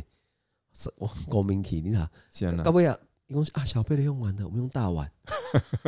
S4: 是我高明奇，你咋？
S3: 天哪
S4: 高，威啊，一共是啊小杯的用完了，我们用大碗。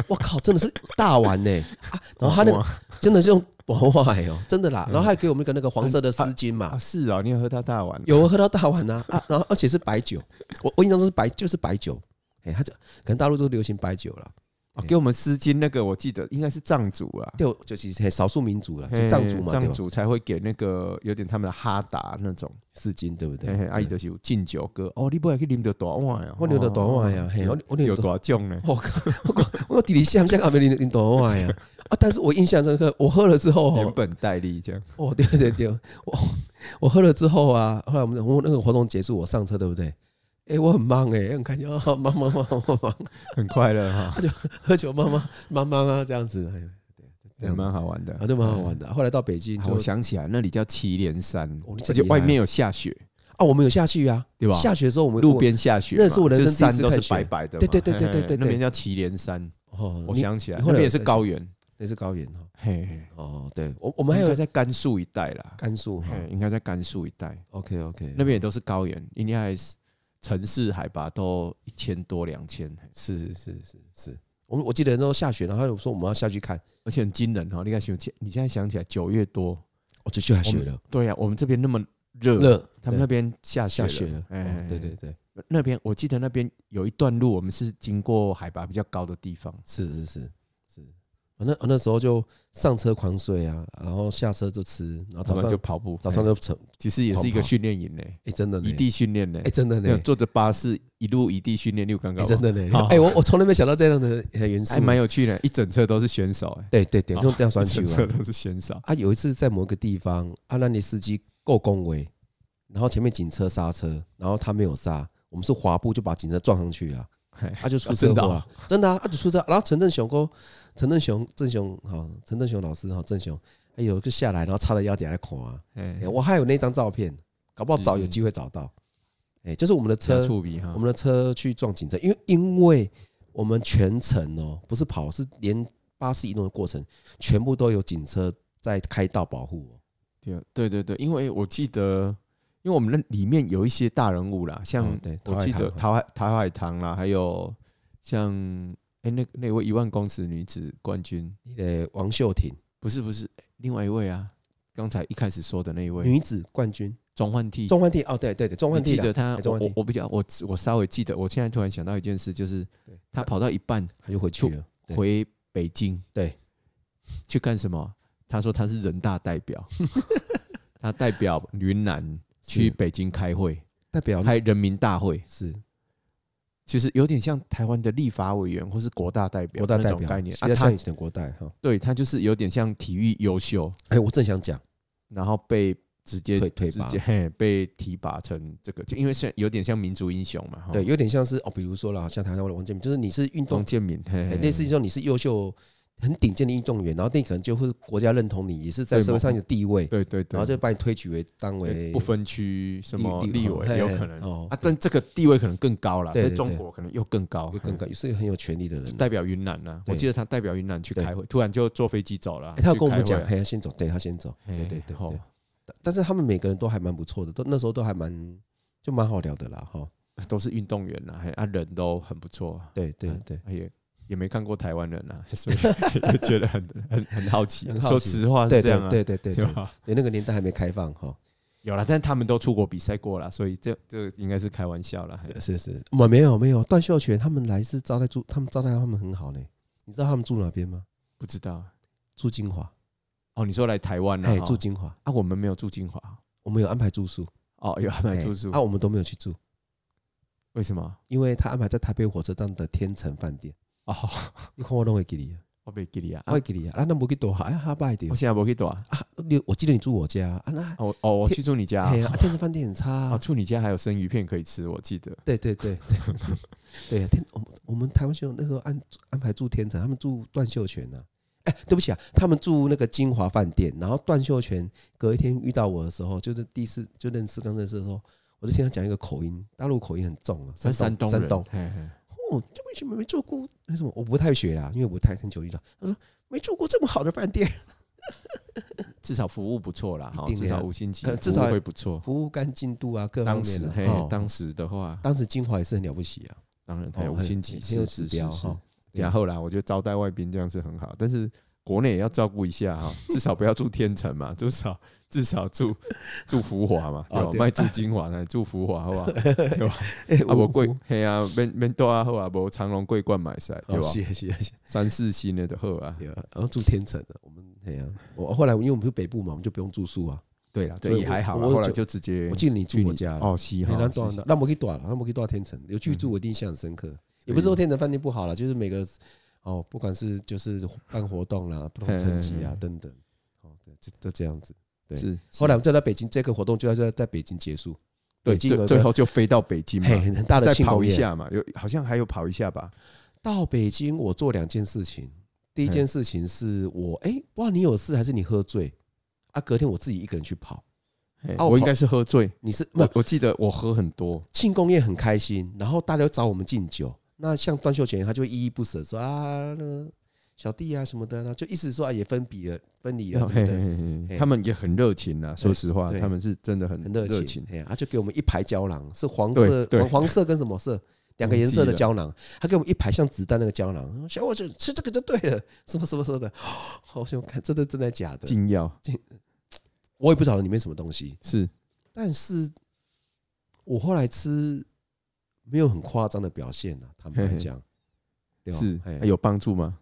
S4: 我靠，真的是大碗呢、啊！
S3: 哦
S4: 然后他那个
S3: 哇
S4: 真的是用娃娃哎哦，真的啦。
S3: 嗯
S4: 然后还给我们一个那个黄色的丝巾
S3: 啊
S4: 嘛，
S3: 是哦，你有喝到大碗？
S4: 有喝到大碗呐啊然后而且是白酒，我我印象中是白就是白酒，哎，他就可能大陆都流行白酒了。
S3: 啊给我们丝巾那个，我记得应该是藏族啊。
S4: 对，就其实嘿少数民族了，啊是藏族嘛，
S3: 嘿
S4: 对
S3: 藏
S4: 吧？
S3: 族才会给那个有点他们的哈达那种。
S4: 丝巾对不嗯对哎
S3: 嘿嘿，？啊伊就是有敬酒歌，哦，你不会去啉着大碗啊？
S4: 我啉到大碗啊嘿我我啉
S3: 哦
S4: 哦
S3: 有
S4: 到
S3: 大奖呢。
S4: 我靠！我讲我底里想想啊，没领领懂话呀啊！但是我印象深刻，我喝了之后
S3: 连
S4: 哦，
S3: 本带利这样，
S4: 哦对对对，我我喝了之后啊，后来我们我那个活动结束，我上车对不对？哎、我很忙哎、很开心啊，忙忙忙忙忙，
S3: 很快乐哈，
S4: 啊喝酒忙忙忙忙啊，这样子，哎
S3: 也
S4: 这样子
S3: 蛮好玩的
S4: 啊，，都蛮好玩的。后来到北
S3: 嗯。
S4: 京就
S3: 我想起来，那里叫祁连山
S4: 哦你，这
S3: 而且
S4: 厉害
S3: 外面有下雪，
S4: 啊，我们有下去啊，
S3: 对吧
S4: 下雪的时候我们
S3: 路边下雪嘛，
S4: 那是我人生
S3: 就是山
S4: 第一次
S3: 都
S4: 看
S3: 是
S4: 雪
S3: 白白的嘛，
S4: 对对对对对
S3: 嘿嘿
S4: 对对
S3: 那边叫祁连山，
S4: 哦，
S3: 我
S4: 你
S3: 想起来，
S4: 你
S3: 那
S4: 后
S3: 边
S4: 来有
S3: 也是
S4: 在
S3: 高原，
S4: 那是高原哦，
S3: 嘿，嘿
S4: 哦对，我我们还
S3: 应该
S4: 有哦
S3: 在甘肃一带啦，
S4: 甘肃哈
S3: 嘿应该在甘肃一带，
S4: ，OK OK，
S3: 那边也都是高原，应该是城市海拔都一千多两千，
S4: 是是是是是，我们我记得那时候下雪，然后有说我们要下去看，
S3: 而且很惊人哦。你看，想起你现在想起来九月多，
S4: 我就下
S3: 我们，对啊呀、我们这边那么热，
S4: 热，
S3: 他们那边下
S4: 对
S3: 雪
S4: 下
S3: 了
S4: 雪了，
S3: 哎
S4: 哦，对对对，
S3: 那边我记得那边有一段路，我们是经过海拔比较高的地方，
S4: 是是是是，我那我那时候就上车狂睡啊，然后下车就吃，然后
S3: 早
S4: 早
S3: 上就
S4: 上
S3: 跑步，
S4: 早上
S3: 哎
S4: 就成，
S3: 其实也是一个训练营呢，
S4: 哎真的呢
S3: 异，地训练呢
S4: 哎，真的
S3: 对，
S4: 呢，
S3: 坐着巴士一路异地训练，你有刚
S4: 哎
S3: 刚
S4: 真的呢
S3: 好，
S4: 哎我我从来没想到这样的呃元
S3: 啊
S4: 素
S3: 还，蛮有趣的，一整车都是选手，哎，
S4: 对对对，
S3: 好
S4: 用这 样
S3: 一
S4: 算去
S3: 整车
S4: 玩
S3: 都是选手，
S4: 啊，有一次在某个地方，阿兰尼司机够恭维，然后前面警车刹车，然后他没有刹，我们是滑步就把警车撞上去了。
S3: 嘿
S4: 他就出
S3: 啊
S4: 车
S3: 真的
S4: 祸
S3: 哦
S4: 了，真的啊，他就出车。然后陈振雄哥，陈振雄，振雄哈，陈振雄老师哈，振雄，还有就下来，然后插着腰底下来看啊。
S3: 哎
S4: 哎，我还有那张照片，搞不好
S3: 是
S4: 找
S3: 是啊
S4: 有机会找到。哎，就是我们的车
S3: 加，醋比哈
S4: 我，们的车去撞警车，因为因为我们全程哦，不是跑，是连巴士移动的过程，全部都有警车在开道保护哦。
S3: 对对对对，因为我记得，因为我们那里面有一些大人物啦，像
S4: 哦对
S3: 嗯我
S4: 陶海
S3: 记
S4: 棠
S3: 得
S4: 啊
S3: 陶海陶海棠啦，还有像哎、那那位一万公尺女子冠军，
S4: 你的王秀婷
S3: 不是不是，诶另外一位啊，刚才一开始说的那一位
S4: 女子冠军，
S3: 钟焕娣，
S4: 钟焕娣哦，对对对，钟焕
S3: 你记
S4: 娣啦
S3: 得她
S4: 哎，钟
S3: 我
S4: 焕
S3: 我
S4: 娣，
S3: 我比较我我稍微记得，我现在突然想到一件事，就是
S4: 对
S3: 她跑到一半
S4: 她就回去了。对
S3: 回北京，
S4: 对，
S3: 去干什么？她说她是人大代 表，她代表云南去
S4: 是
S3: 北京开会，
S4: 代表
S3: 开人民大会。
S4: 是
S3: 其实有点像台湾的立法委员或是国大代表
S4: 国大
S3: 那
S4: 代
S3: 种
S4: 表
S3: 概念
S4: 比
S3: 啊，
S4: 较像
S3: 他
S4: 以前的国代哈。
S3: 对他就是有点像体育优秀，
S4: 哎，我正想讲，
S3: 然后被直接
S4: 退退
S3: 直
S4: 拔
S3: 接嘿被提拔成这个，就因为现在有点像民族英雄嘛，哈
S4: 哦对，有点像是哦，比如说啦，像台湾的王建民，就是你是运
S3: 王
S4: 动，
S3: 建民，嘿
S4: 哎
S3: 嘿
S4: 类似于说你是优秀很顶尖的运动员，然后你可能就会国家认同你，也是在
S3: 对
S4: 社会
S3: 嘛
S4: 上有地位，
S3: 对对对，
S4: 然后就把你推举为当为
S3: 对不分区什么
S4: 立
S3: 立委
S4: 嘿
S3: 也有可能
S4: 哦
S3: 啊，但这个地位可能更高了，
S4: 对
S3: 在
S4: 对
S3: 中
S4: 对
S3: 国可能又更高
S4: 有，更高，是一个很有权力的人啊
S3: 嗯。代表云南呢，
S4: 对
S3: 我记得他代表云南去
S4: 对
S3: 开会，突然就坐飞机走了啊
S4: 诶，哎他有跟我们
S3: 去开
S4: 讲，
S3: 会啊，啊
S4: 嘿，他先走，对他先走，对
S3: 嘿
S4: 对对
S3: 吼
S4: 对。但但是他们每个人都还蛮不错的，都那时候都还蛮就蛮好聊的啦，哈。
S3: 都是运动员呐，嘿啊，人都很不错啊，
S4: 对对对，
S3: 啊也也没看过台湾人啊， 所以就觉得很很很好奇
S4: 很。好
S3: 说
S4: 奇
S3: 实话
S4: 对
S3: 是这样
S4: 对
S3: 啊，
S4: 对对对
S3: 对
S4: 对，
S3: 吧？
S4: 对那个年代还没开放哈。
S3: 有了，但是他们都出国比赛过了，所以这这应该是开玩笑了。嘿
S4: 是是是，我哦没有没有，段秀全他们来是招待住，他们招待他们很好呢。你知道他们住哪边吗？
S3: 不知道
S4: 住金华，
S3: 哦，你说来台湾
S4: 哎，
S3: 了，
S4: 住
S3: 住
S4: 金华，
S3: 啊，我们没有住金华
S4: 我们有安排住宿，
S3: 哦，有安排 住宿
S4: 哎，啊，我们都没有去住，
S3: 为什么？
S4: 因为他安排在台北火车站的天成饭店。
S3: 哦，
S4: 你看我都会给你，
S3: 我被给你啊，
S4: 我会给你啊，啊，那不去多好，哎，哈拜的
S3: 我现在不去躲啊，
S4: 啊，你我记得你住我家啊，啊那
S3: 哦哦，我去住你家啊
S4: 嘿，啊，天成饭店很差
S3: 啊，
S4: 啊，
S3: 住你家还有生鱼片可以吃，我记得
S4: 对 对对对对啊，天，我们我们台湾学友那时候安安排住天成，他们住段秀全呢、啊。哎，对不起啊，他们住那个金华饭店，然后段秀全隔一天遇到我的时候，就是第一次就认识刚认识的时候，我就听他讲一个口音，大陆口音很重啊，
S3: 他是
S4: 山
S3: 山东
S4: 山东
S3: 人，，嘿嘿
S4: 哦，这为什么没做过？那什么，我不太学啦，因为我太很久遇到。他说没住过这么好的饭店，
S3: 至少服务不错啦，哈，
S4: 一定的
S3: 至少五星级
S4: 呃，至
S3: 至
S4: 少
S3: 少会不错。
S4: 服务干净度啊，各方
S3: 当
S4: 面
S3: 时
S4: 的、
S3: 嘿
S4: 哦，。
S3: 当时的话，
S4: 当时金华也是很了不起啊，
S3: 当然还
S4: 哦
S3: 有五
S4: 很
S3: 星级
S4: 很有
S3: 是
S4: 指
S3: 是
S4: 标哦
S3: 是是
S4: 哈。对
S3: 然后啦，我觉得招待外宾这样是很好，但是国内也要照顾一下 哈，至少不要住天成嘛，至少至少住住福华嘛，
S4: 啊
S3: 对吧？
S4: 对
S3: 卖住金华 呢，住福华好不 好？
S4: 哎、
S3: 啊，我贵嘿啊，免免多啊好啊，无长隆桂冠买晒 对
S4: 哦，
S3: 吧？
S4: 谢谢谢谢。
S3: 三四星的就好啊。
S4: 对啊，然后住天成的，我们哎呀、我后来因为我们是北部嘛，我们就不用住宿啊。
S3: 对了，
S4: 所
S3: 对
S4: 以
S3: 也
S4: 我
S3: 还好啦，
S4: 我有
S3: 后来
S4: 啊就
S3: 就直接
S4: 我记得你住
S3: 去
S4: 我
S3: 你
S4: 家了，
S3: 哦，西
S4: 嘿
S3: 哈
S4: 那，多
S3: 是嗯
S4: 少那我可以短了，那我可以到天成，有去住我一定印象很深刻。也不是说天成饭店不好了，就是每个哦，不管是就是办活动啦，不同层级啊
S3: 嘿嘿嘿
S4: 等等，哦，对，就就这样子。对
S3: 是
S4: 后来我们就在北京，这个活动就要就要在北京结束，北
S3: 对，
S4: 京有
S3: 最
S4: 个
S3: 最后就飞到北京嘛，
S4: 嘿，很很大的
S3: 再
S4: 庆
S3: 跑
S4: 功
S3: 一
S4: 宴。
S3: 下嘛，有好像还有跑一下吧，
S4: 到北京，我做两件事情。第一
S3: 嘿
S4: 件事情是我哎、不知道你有事还是你喝醉啊？隔天我自己一个人去跑，
S3: 嘿
S4: 啊我
S3: 我应
S4: 跑
S3: 该是喝醉，
S4: 你是不
S3: 我我记得我喝很多，
S4: 庆功宴很开心，然后大家都找我们敬酒。那像段秀全，他就依依不舍说啊，那个小弟啊什么的，那就一直说啊 也分别了，分离了，对
S3: 哦嘿
S4: 不对？
S3: 嘿嘿
S4: 嘿
S3: 嘿他们也很热情啊，说实话，
S4: 对
S3: 他们是真的很
S4: 很热情
S3: 情，，
S4: 哎呀，他就给我们一排胶囊，是黄色
S3: 对、对
S4: 黄黄色跟什么色两个颜色的
S3: 忘记
S4: 胶囊，他给我们一排像子弹那个胶囊，小伙子吃这个就对了，什么什么什么的，好想看，这是真的假的？
S3: 禁药
S4: 我也不晓得里面什么东西，
S3: 是
S4: 但是我后来吃没有很夸张的表现啊，坦白
S3: 嘿嘿
S4: 讲，对吧
S3: 是
S4: 哎
S3: 哎有帮助吗？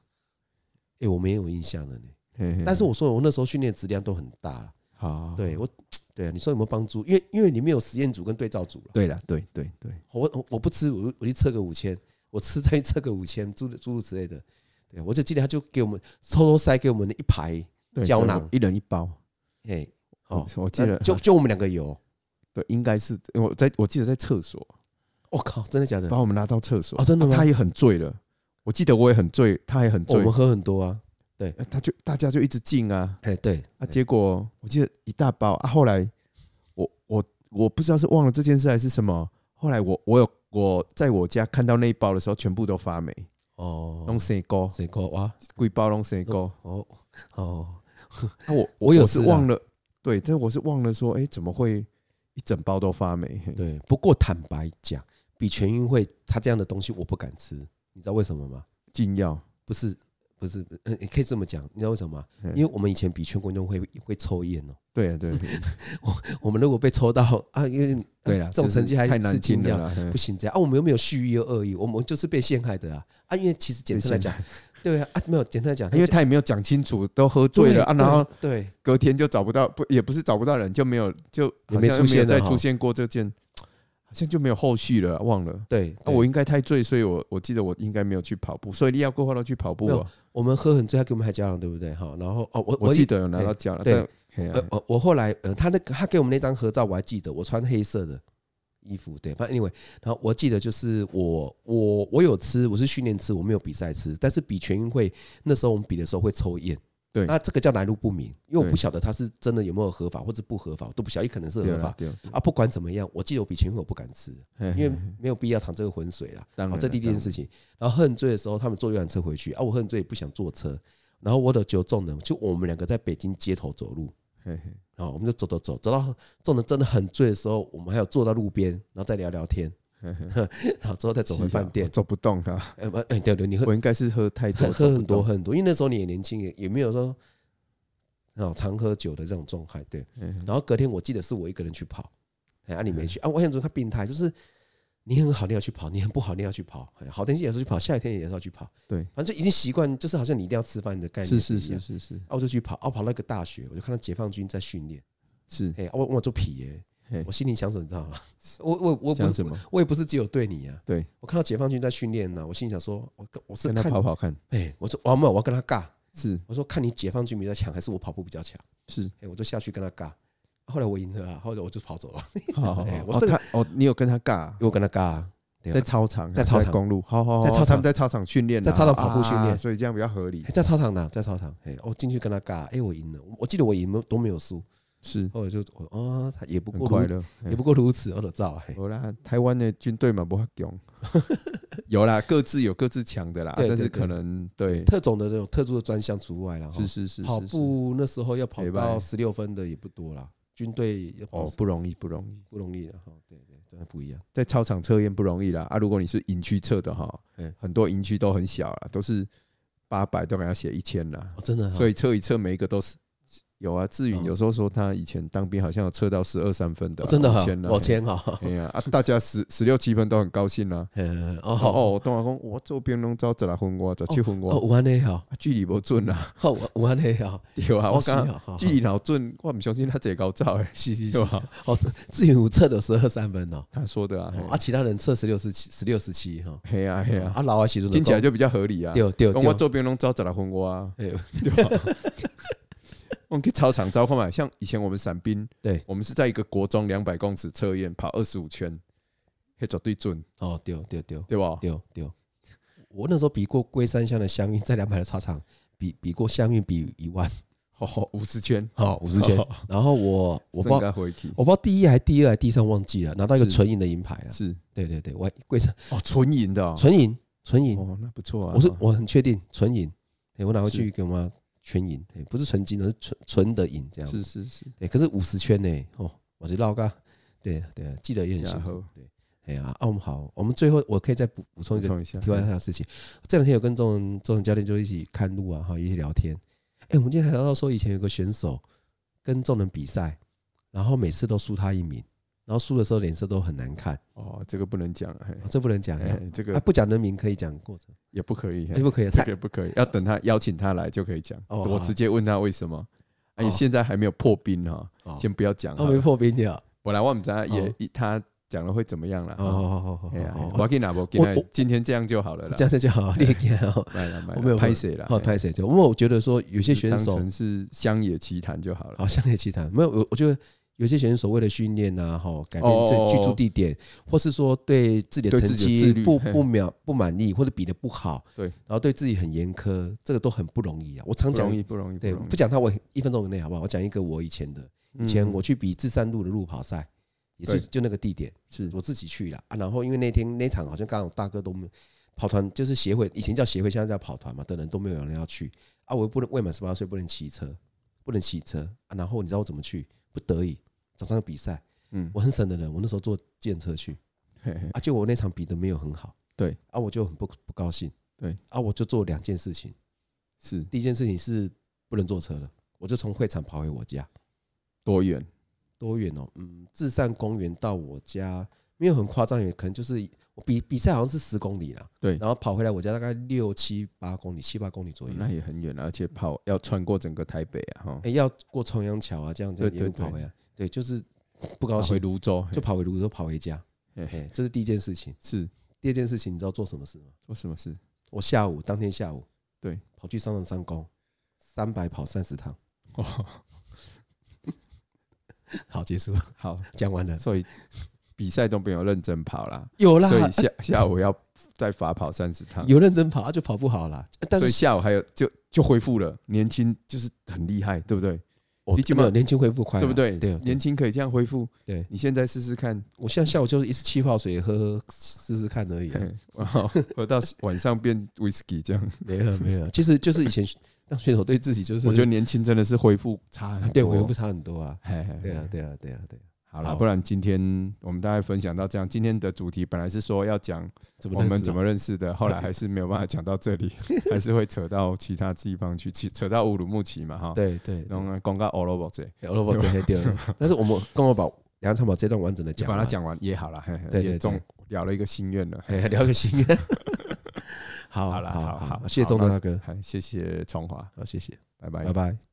S4: 哎、我没有印象了呢。
S3: 嘿嘿
S4: 但是我说我那时候训练质量都很大了，
S3: 好，
S4: 对我，对啊，你说有没有帮助？因为因为里面有实验组跟对照组了。
S3: 对了，对对对，
S4: 我我我不吃，我我去测个五千，我吃再测个五千，诸诸如此类的。对啊，我就记得他就给我们偷偷塞给我们一排，
S3: 对
S4: 胶
S3: 对
S4: 囊
S3: 一人一包，
S4: 哎，哦，
S3: 我记得啊
S4: 就就我们两个有。
S3: 对，应该是我在我记得在厕所
S4: 我、靠，真的假的？
S3: 把我们拉到厕所
S4: 哦，真的
S3: 啊
S4: 吗哦
S3: 他？也很醉了，我记得我也很醉，他也很
S4: 我
S3: 醉
S4: 们，喝很多啊。
S3: 呃他就大家就一直敬啊，
S4: 哎，对，
S3: 啊，结果我记得一大包啊，后来我我我不知道是忘了这件事还是什么，后来我我有我在我家看到那一包的时候，全部都发霉，
S4: 哦，
S3: 弄生沟，
S4: 谁过哇？
S3: 贵包弄生沟。
S4: 哦哦，
S3: 啊，我
S4: 我有
S3: 是
S4: 事啊
S3: 忘了，对，但我是忘了说，哎，怎么会一整包都发霉？嘿
S4: 对。不过坦白讲，比全运会他这样的东西我不敢吃，你知道为什么吗？
S3: 禁药，
S4: 不是不是，呃，也可以这么讲，你知道为什么吗？
S3: 嗯
S4: 因为我们以前比全国运动会会抽烟哦，
S3: 对啊对啊
S4: 我们如果被抽到啊，因为
S3: 对
S4: 啊
S3: 啦，
S4: 这种
S3: 就是
S4: 成绩还
S3: 太
S4: 是
S3: 难
S4: 吃
S3: 听了
S4: 禁药。
S3: 啦，嘿
S4: 不行，这样啊，我们又没有蓄意恶意，我们就是被陷害的啊啊！因为其实简单来讲， 对啊啊，没有简单来讲，
S3: 因为他也没有讲清楚，都喝醉了啊，然后
S4: 对对
S3: 隔天就找不到，不也不是找不到人，就没有就
S4: 也
S3: 好
S4: 没
S3: 像
S4: 出
S3: 又没有
S4: 现了
S3: 再
S4: 哈
S3: 出现过这件，好像就没有后续了，忘了。
S4: 对，啊
S3: 那啊我应该太醉，所以我我记得我应该没有去跑步，所以利亚过后都去跑步
S4: 没有
S3: 啊。
S4: 我们喝很醉，他给我们海胶囊，对不对？哈，然后哦，我
S3: 我
S4: 一
S3: 记得有拿到奖了，
S4: 对
S3: 但嘿啊
S4: 呃呃，我我后来呃，他那个他给我们那张合照我还记得，我穿黑色的衣服，对，反正 anyway，然后我记得就是我我我有吃，我是训练吃，我没有比赛吃，但是比全运会那时候我们比的时候会抽烟，
S3: 对
S4: 那这个叫来路不明，因为我
S3: 对
S4: 不晓得他是真的有没有合法或者不合法，我都不晓得，也可能是
S3: 对
S4: 合
S3: 了
S4: 法
S3: 对了，
S4: 啊，不管怎么样，我记得我比全运会我不敢 吃，
S3: 因
S4: 因为没有必要淌这个浑水啦。
S3: 当然
S4: 好，
S3: 了
S4: 这第一件事情。然后喝很醉的时候，他们坐游览车回去啊，我喝很醉也不想坐车，然后我的酒中人，就我们两个在北京街头走路，然哦后我们就走走走，走到中人真的很醉的时候，我们还有坐到路边，然后再聊聊天， 然后之后再走回饭店。
S3: 走不动啊，
S4: 哎不哎，对对，你喝
S3: 我应该是喝太多
S4: 喝，
S3: 走
S4: 喝
S3: 不
S4: 很多
S3: 动，
S4: 喝很多，因为那时候你也年轻，也也没有说哦常喝酒的这种状态，对。
S3: 嗯
S4: 然后隔天我记得是我一个人去跑，哎，啊你没去啊？我想说他病态，就是你很好你要去跑，你很不好你要去跑，哎好天气也是去跑，下雨天也是要去跑，
S3: 对，
S4: 反正就已经习惯，就是好像你一定要吃饭的概念
S3: 是是
S4: 一
S3: 是
S4: 样。
S3: 是是
S4: 啊，我就去跑，啊，我跑到一个大学，我就看到解放军在训练，
S3: 是，
S4: 哎、啊我我做皮耶、
S3: 嘿
S4: 我心里想什么你知道吗？ 我我我
S3: 想
S4: 不
S3: 什
S4: 是
S3: 么？
S4: 我也不是只有对你啊，
S3: 对，
S4: 我看到解放军在训练呢，我心里想说，我跟我是
S3: 跟他
S4: 看
S3: 跑跑看，
S4: 哎、我说我没有，我要跟他尬，
S3: 是
S4: 我说看你解放军比较强，还是我跑步比较强？
S3: 是，
S4: 哎、我就下去跟他尬。后来我赢了啊，后来我就跑走了，
S3: 好好好
S4: 哎，我
S3: 哦
S4: 这个
S3: 他哦，你有跟他尬啊
S4: 因为我跟他尬、啊，对啊
S3: 在操场，
S4: 在操场
S3: 公路，好好好，
S4: 在操场
S3: 他们在操场训练啊，
S4: 在操场跑步
S3: 啊
S4: 训练
S3: 所以这样比较合理
S4: 哎。在操场呢，在操场，哎、我进去跟他尬，哎、我赢了，我我记得我赢没有都没有输，
S3: 是，
S4: 后来就我哦，他也不
S3: 很
S4: 过
S3: 快
S4: 如
S3: 乐。哎
S4: 也不过如此，我的照哎，
S3: 有啦，台湾的军队嘛不会强，有啦，各自有各自强的啦，
S4: 对
S3: 但是
S4: 对对
S3: 可能对，
S4: 特种的这种特殊的专项除外了，
S3: 是是是，
S4: 跑
S3: 是是
S4: 步那时候要跑
S3: 没办
S4: 到
S3: 法
S4: 十六分的也不多啦，军队要跑
S3: 哦不容易不容易，
S4: 不容易了哈，对对，真的不一样，
S3: 在操场测验不容易啦啊！如果你是营区测的哈
S4: 嗯，
S3: 很多营区都很小啦，都是八百都给他写一千啦，
S4: 哦，真的哈，
S3: 所以测一测每一个都是。有啊，志
S4: 哦
S3: 允有时候说他以前当兵好像有测到十二三分的
S4: 哦
S3: 啊，
S4: 真的哈
S3: 千，
S4: 我签哈，
S3: 哎呀啊，大家十十六七分都很高兴啦。
S4: 嗯
S3: 哦
S4: 哦
S3: 哦，我同我讲，我做兵拢走十来分外，十七分外
S4: 哦，，武汉的哈，
S3: 啊距离不准啊，
S4: 哦武武汉的哈，
S3: 对啊，我
S4: 是
S3: 刚
S4: 哦好好
S3: 距离老准，我唔相信他这高照诶，
S4: 是
S3: 对
S4: 是是，
S3: 吧？
S4: 哦，志勇测的十二三分哦，
S3: 他说的啊，
S4: 啊，其他人测十六十七，十六十七哈，
S3: 嘿啊嘿啊，
S4: 啊，老啊，其中
S3: 听起来就比较合理啊。
S4: 对对
S3: 讲我
S4: 对，
S3: 做兵拢走十来分外 啊，
S4: 哎
S3: 对吧？我们去操场招看嘛，像以前我们伞兵，
S4: 对
S3: 我们是在一个国中两百公尺测验跑二十五圈，嘿绝对准，
S4: 哦，对对对。
S3: 对吧？
S4: 对对，我那时候比过龟山乡的乡运，在两百的操场比比过乡运比一万，
S3: 哦，五十圈，
S4: 好五十圈。
S3: 哦
S4: 然后我我不知
S3: 应
S4: 道
S3: 该回题
S4: 我不知道第一还第二还第三忘记了，拿到一个
S3: 是
S4: 纯银的银牌了。
S3: 是
S4: 对对对，我还龟山
S3: 哦，纯银的哦，
S4: 纯银纯银，
S3: 哦，那不错啊。
S4: 我是
S3: 哦
S4: 我很确定纯银。对我拿回去
S3: 是
S4: 给我妈全银，对不是纯金的，是纯纯的银这样
S3: 是是
S4: 子。
S3: 是，
S4: 对，可是五十圈呢，哦，我就绕个，对对，记得也很辛
S3: 加
S4: 苦
S3: 油。
S4: 对，哎呀，啊，我们好，我们最后我可以再补补充
S3: 补
S4: 一个
S3: 充一下，
S4: 题外话的事情，这两天有跟周文周文教练就一起看路啊，哈，一起聊天。哎、我们今天还聊到说，以前有个选手跟众人比赛，然后每次都输他一名，然后输的时候脸色都很难看，
S3: 哦，这个不能讲，嘿
S4: 啊这不能讲呀。
S3: 哎，这
S4: 啊，
S3: 个
S4: 不讲人名可以讲过程，
S3: 也不可以，
S4: 哎、
S3: 嘿
S4: 不可以，
S3: 这
S4: 太
S3: 个也不可以，要等他邀请他来就可以讲。
S4: 哦
S3: 我
S4: 好
S3: 直接问他为什么？哎，你
S4: 哦
S3: 现在还没有破冰哈，
S4: 哦，
S3: 先不要讲
S4: 他
S3: 好
S4: 没
S3: 了。
S4: 破冰的啊，
S3: 本来我们道
S4: 哦
S3: 也一他讲了会怎么样了
S4: 哦。哦哦
S3: 啊哎呀，
S4: 哦
S3: 我哎
S4: 哦，
S3: 给拿我给
S4: 我
S3: 他
S4: 我，
S3: 今天这样就好了啦
S4: 这。样子就好，你也好，
S3: 来了来
S4: 我没
S3: 了，
S4: 有
S3: 拍谁了？
S4: 好
S3: 哎
S4: 拍谁就，因为我觉得说有些
S3: 就
S4: 选
S3: 当
S4: 手
S3: 成是乡野奇谈就好了。
S4: 好像也其他没有，我我觉得有些选手为了训练啊，哈，改
S3: 哦
S4: 变
S3: 哦
S4: 这
S3: 哦
S4: 居住地点，或是说对自己的
S3: 对
S4: 成
S3: 自己的自
S4: 绩
S3: 律
S4: 不
S3: 嘿
S4: 不满不满意，或者比的不好，
S3: 对
S4: 然后对自己很严苛，这个都很不容易啊。我常
S3: 不
S4: 讲
S3: 容，易，不容易，
S4: 对，
S3: 容易
S4: 不讲他，我一分钟以内好不好？我讲一个我以前的，以前我去比自善路的路跑赛，也是
S3: 嗯对
S4: 就那个地点，
S3: 是
S4: 我自己去了啊。然后因为那天那场好像刚好大哥都没有跑团，就是协会以前叫协会，现在叫跑团嘛的人都没有人要去啊。我又不能未满十八岁不能骑车，不能骑车啊。然后你知道我怎么去？不得已早上有比赛，
S3: 嗯，
S4: 我很省的人，我那时候坐电车去
S3: 嘿嘿
S4: 啊。就我那场比的没有很好，
S3: 对
S4: 啊，我就很不不高兴，
S3: 对
S4: 啊，我就做两件事情。
S3: 是
S4: 第一件事情是不能坐车了，我就从会场跑回我家，
S3: 多远？
S4: 多远哦？嗯，至善公园到我家没有很夸张，也可能就是我比比赛好像是十公里啦，
S3: 对哦
S4: 然后跑回来我家大概六七八公里，七八公里左右。
S3: 那也很远啊了，而且跑要穿过整个台北啊，哈，
S4: 哎，要过重阳桥啊，这样这样
S3: 对
S4: 一路
S3: 对对
S4: 跑回来，对，就是不高
S3: 跑回
S4: 兴，
S3: 泸州嘿
S4: 就跑回泸州，跑回家。
S3: 嘿
S4: 哎，这是第一件事情。
S3: 是
S4: 第二件事情，你知道做什么事吗？
S3: 做什么事？
S4: 我下午当天下午，
S3: 对，
S4: 跑去商场上工，三百跑三 十趟。
S3: 哦，
S4: 好，结束，
S3: 好，
S4: 讲完了。
S3: 所以比赛都没有认真跑啦，
S4: 有啦
S3: 所，以下 下午要再罚跑三十趟。
S4: 有认真跑，他啊就跑不好啦。但
S3: 所以
S4: 是
S3: 下午还有就就恢复了，年轻就是很厉害，对不对？
S4: 我
S3: 你起码
S4: 没有年轻恢复快啦，啊
S3: 对不对？
S4: 哎对，对
S3: 年轻可以这样恢复。
S4: 对
S3: 你现在试试看，
S4: 我现在下午就是一次气泡水喝喝试试看而已啊、
S3: 嘿然后哎哦 我到晚上变 whisky 这样。
S4: 没了没 了。其实就是以前当选手对自己就是，
S3: 我觉得年轻真的是恢复差很多，
S4: 对我又不差很多啊。
S3: 嘿，嘿嘿
S4: 对啊对啊对啊对啊，
S3: 好了，
S4: 好
S3: 不然今天我们大概分享到这样。今天的主题本来是说要讲
S4: 怎么啊
S3: 我们怎
S4: 么
S3: 么认识 的，后来还是没有办法讲到这里， 还是会扯到其他地方去，扯扯到乌鲁木齐嘛哈。，
S4: 对对，哎
S3: 然后广告欧罗巴这，
S4: 我萝卜这些掉了， 但是我们跟我把梁长宝这段完整的
S3: 就
S4: 讲，
S3: 把它，讲完也好了，嘿嘿
S4: 对对
S3: 也中
S4: 对
S3: 了了一个心愿了。
S4: 哎，聊个心。 好
S3: 好了，
S4: 好
S3: 好
S4: 谢谢
S3: 好
S4: 钟
S3: 那
S4: 大哥，
S3: 好谢谢崇华，
S4: 好谢谢，
S3: 拜拜
S4: 拜。拜。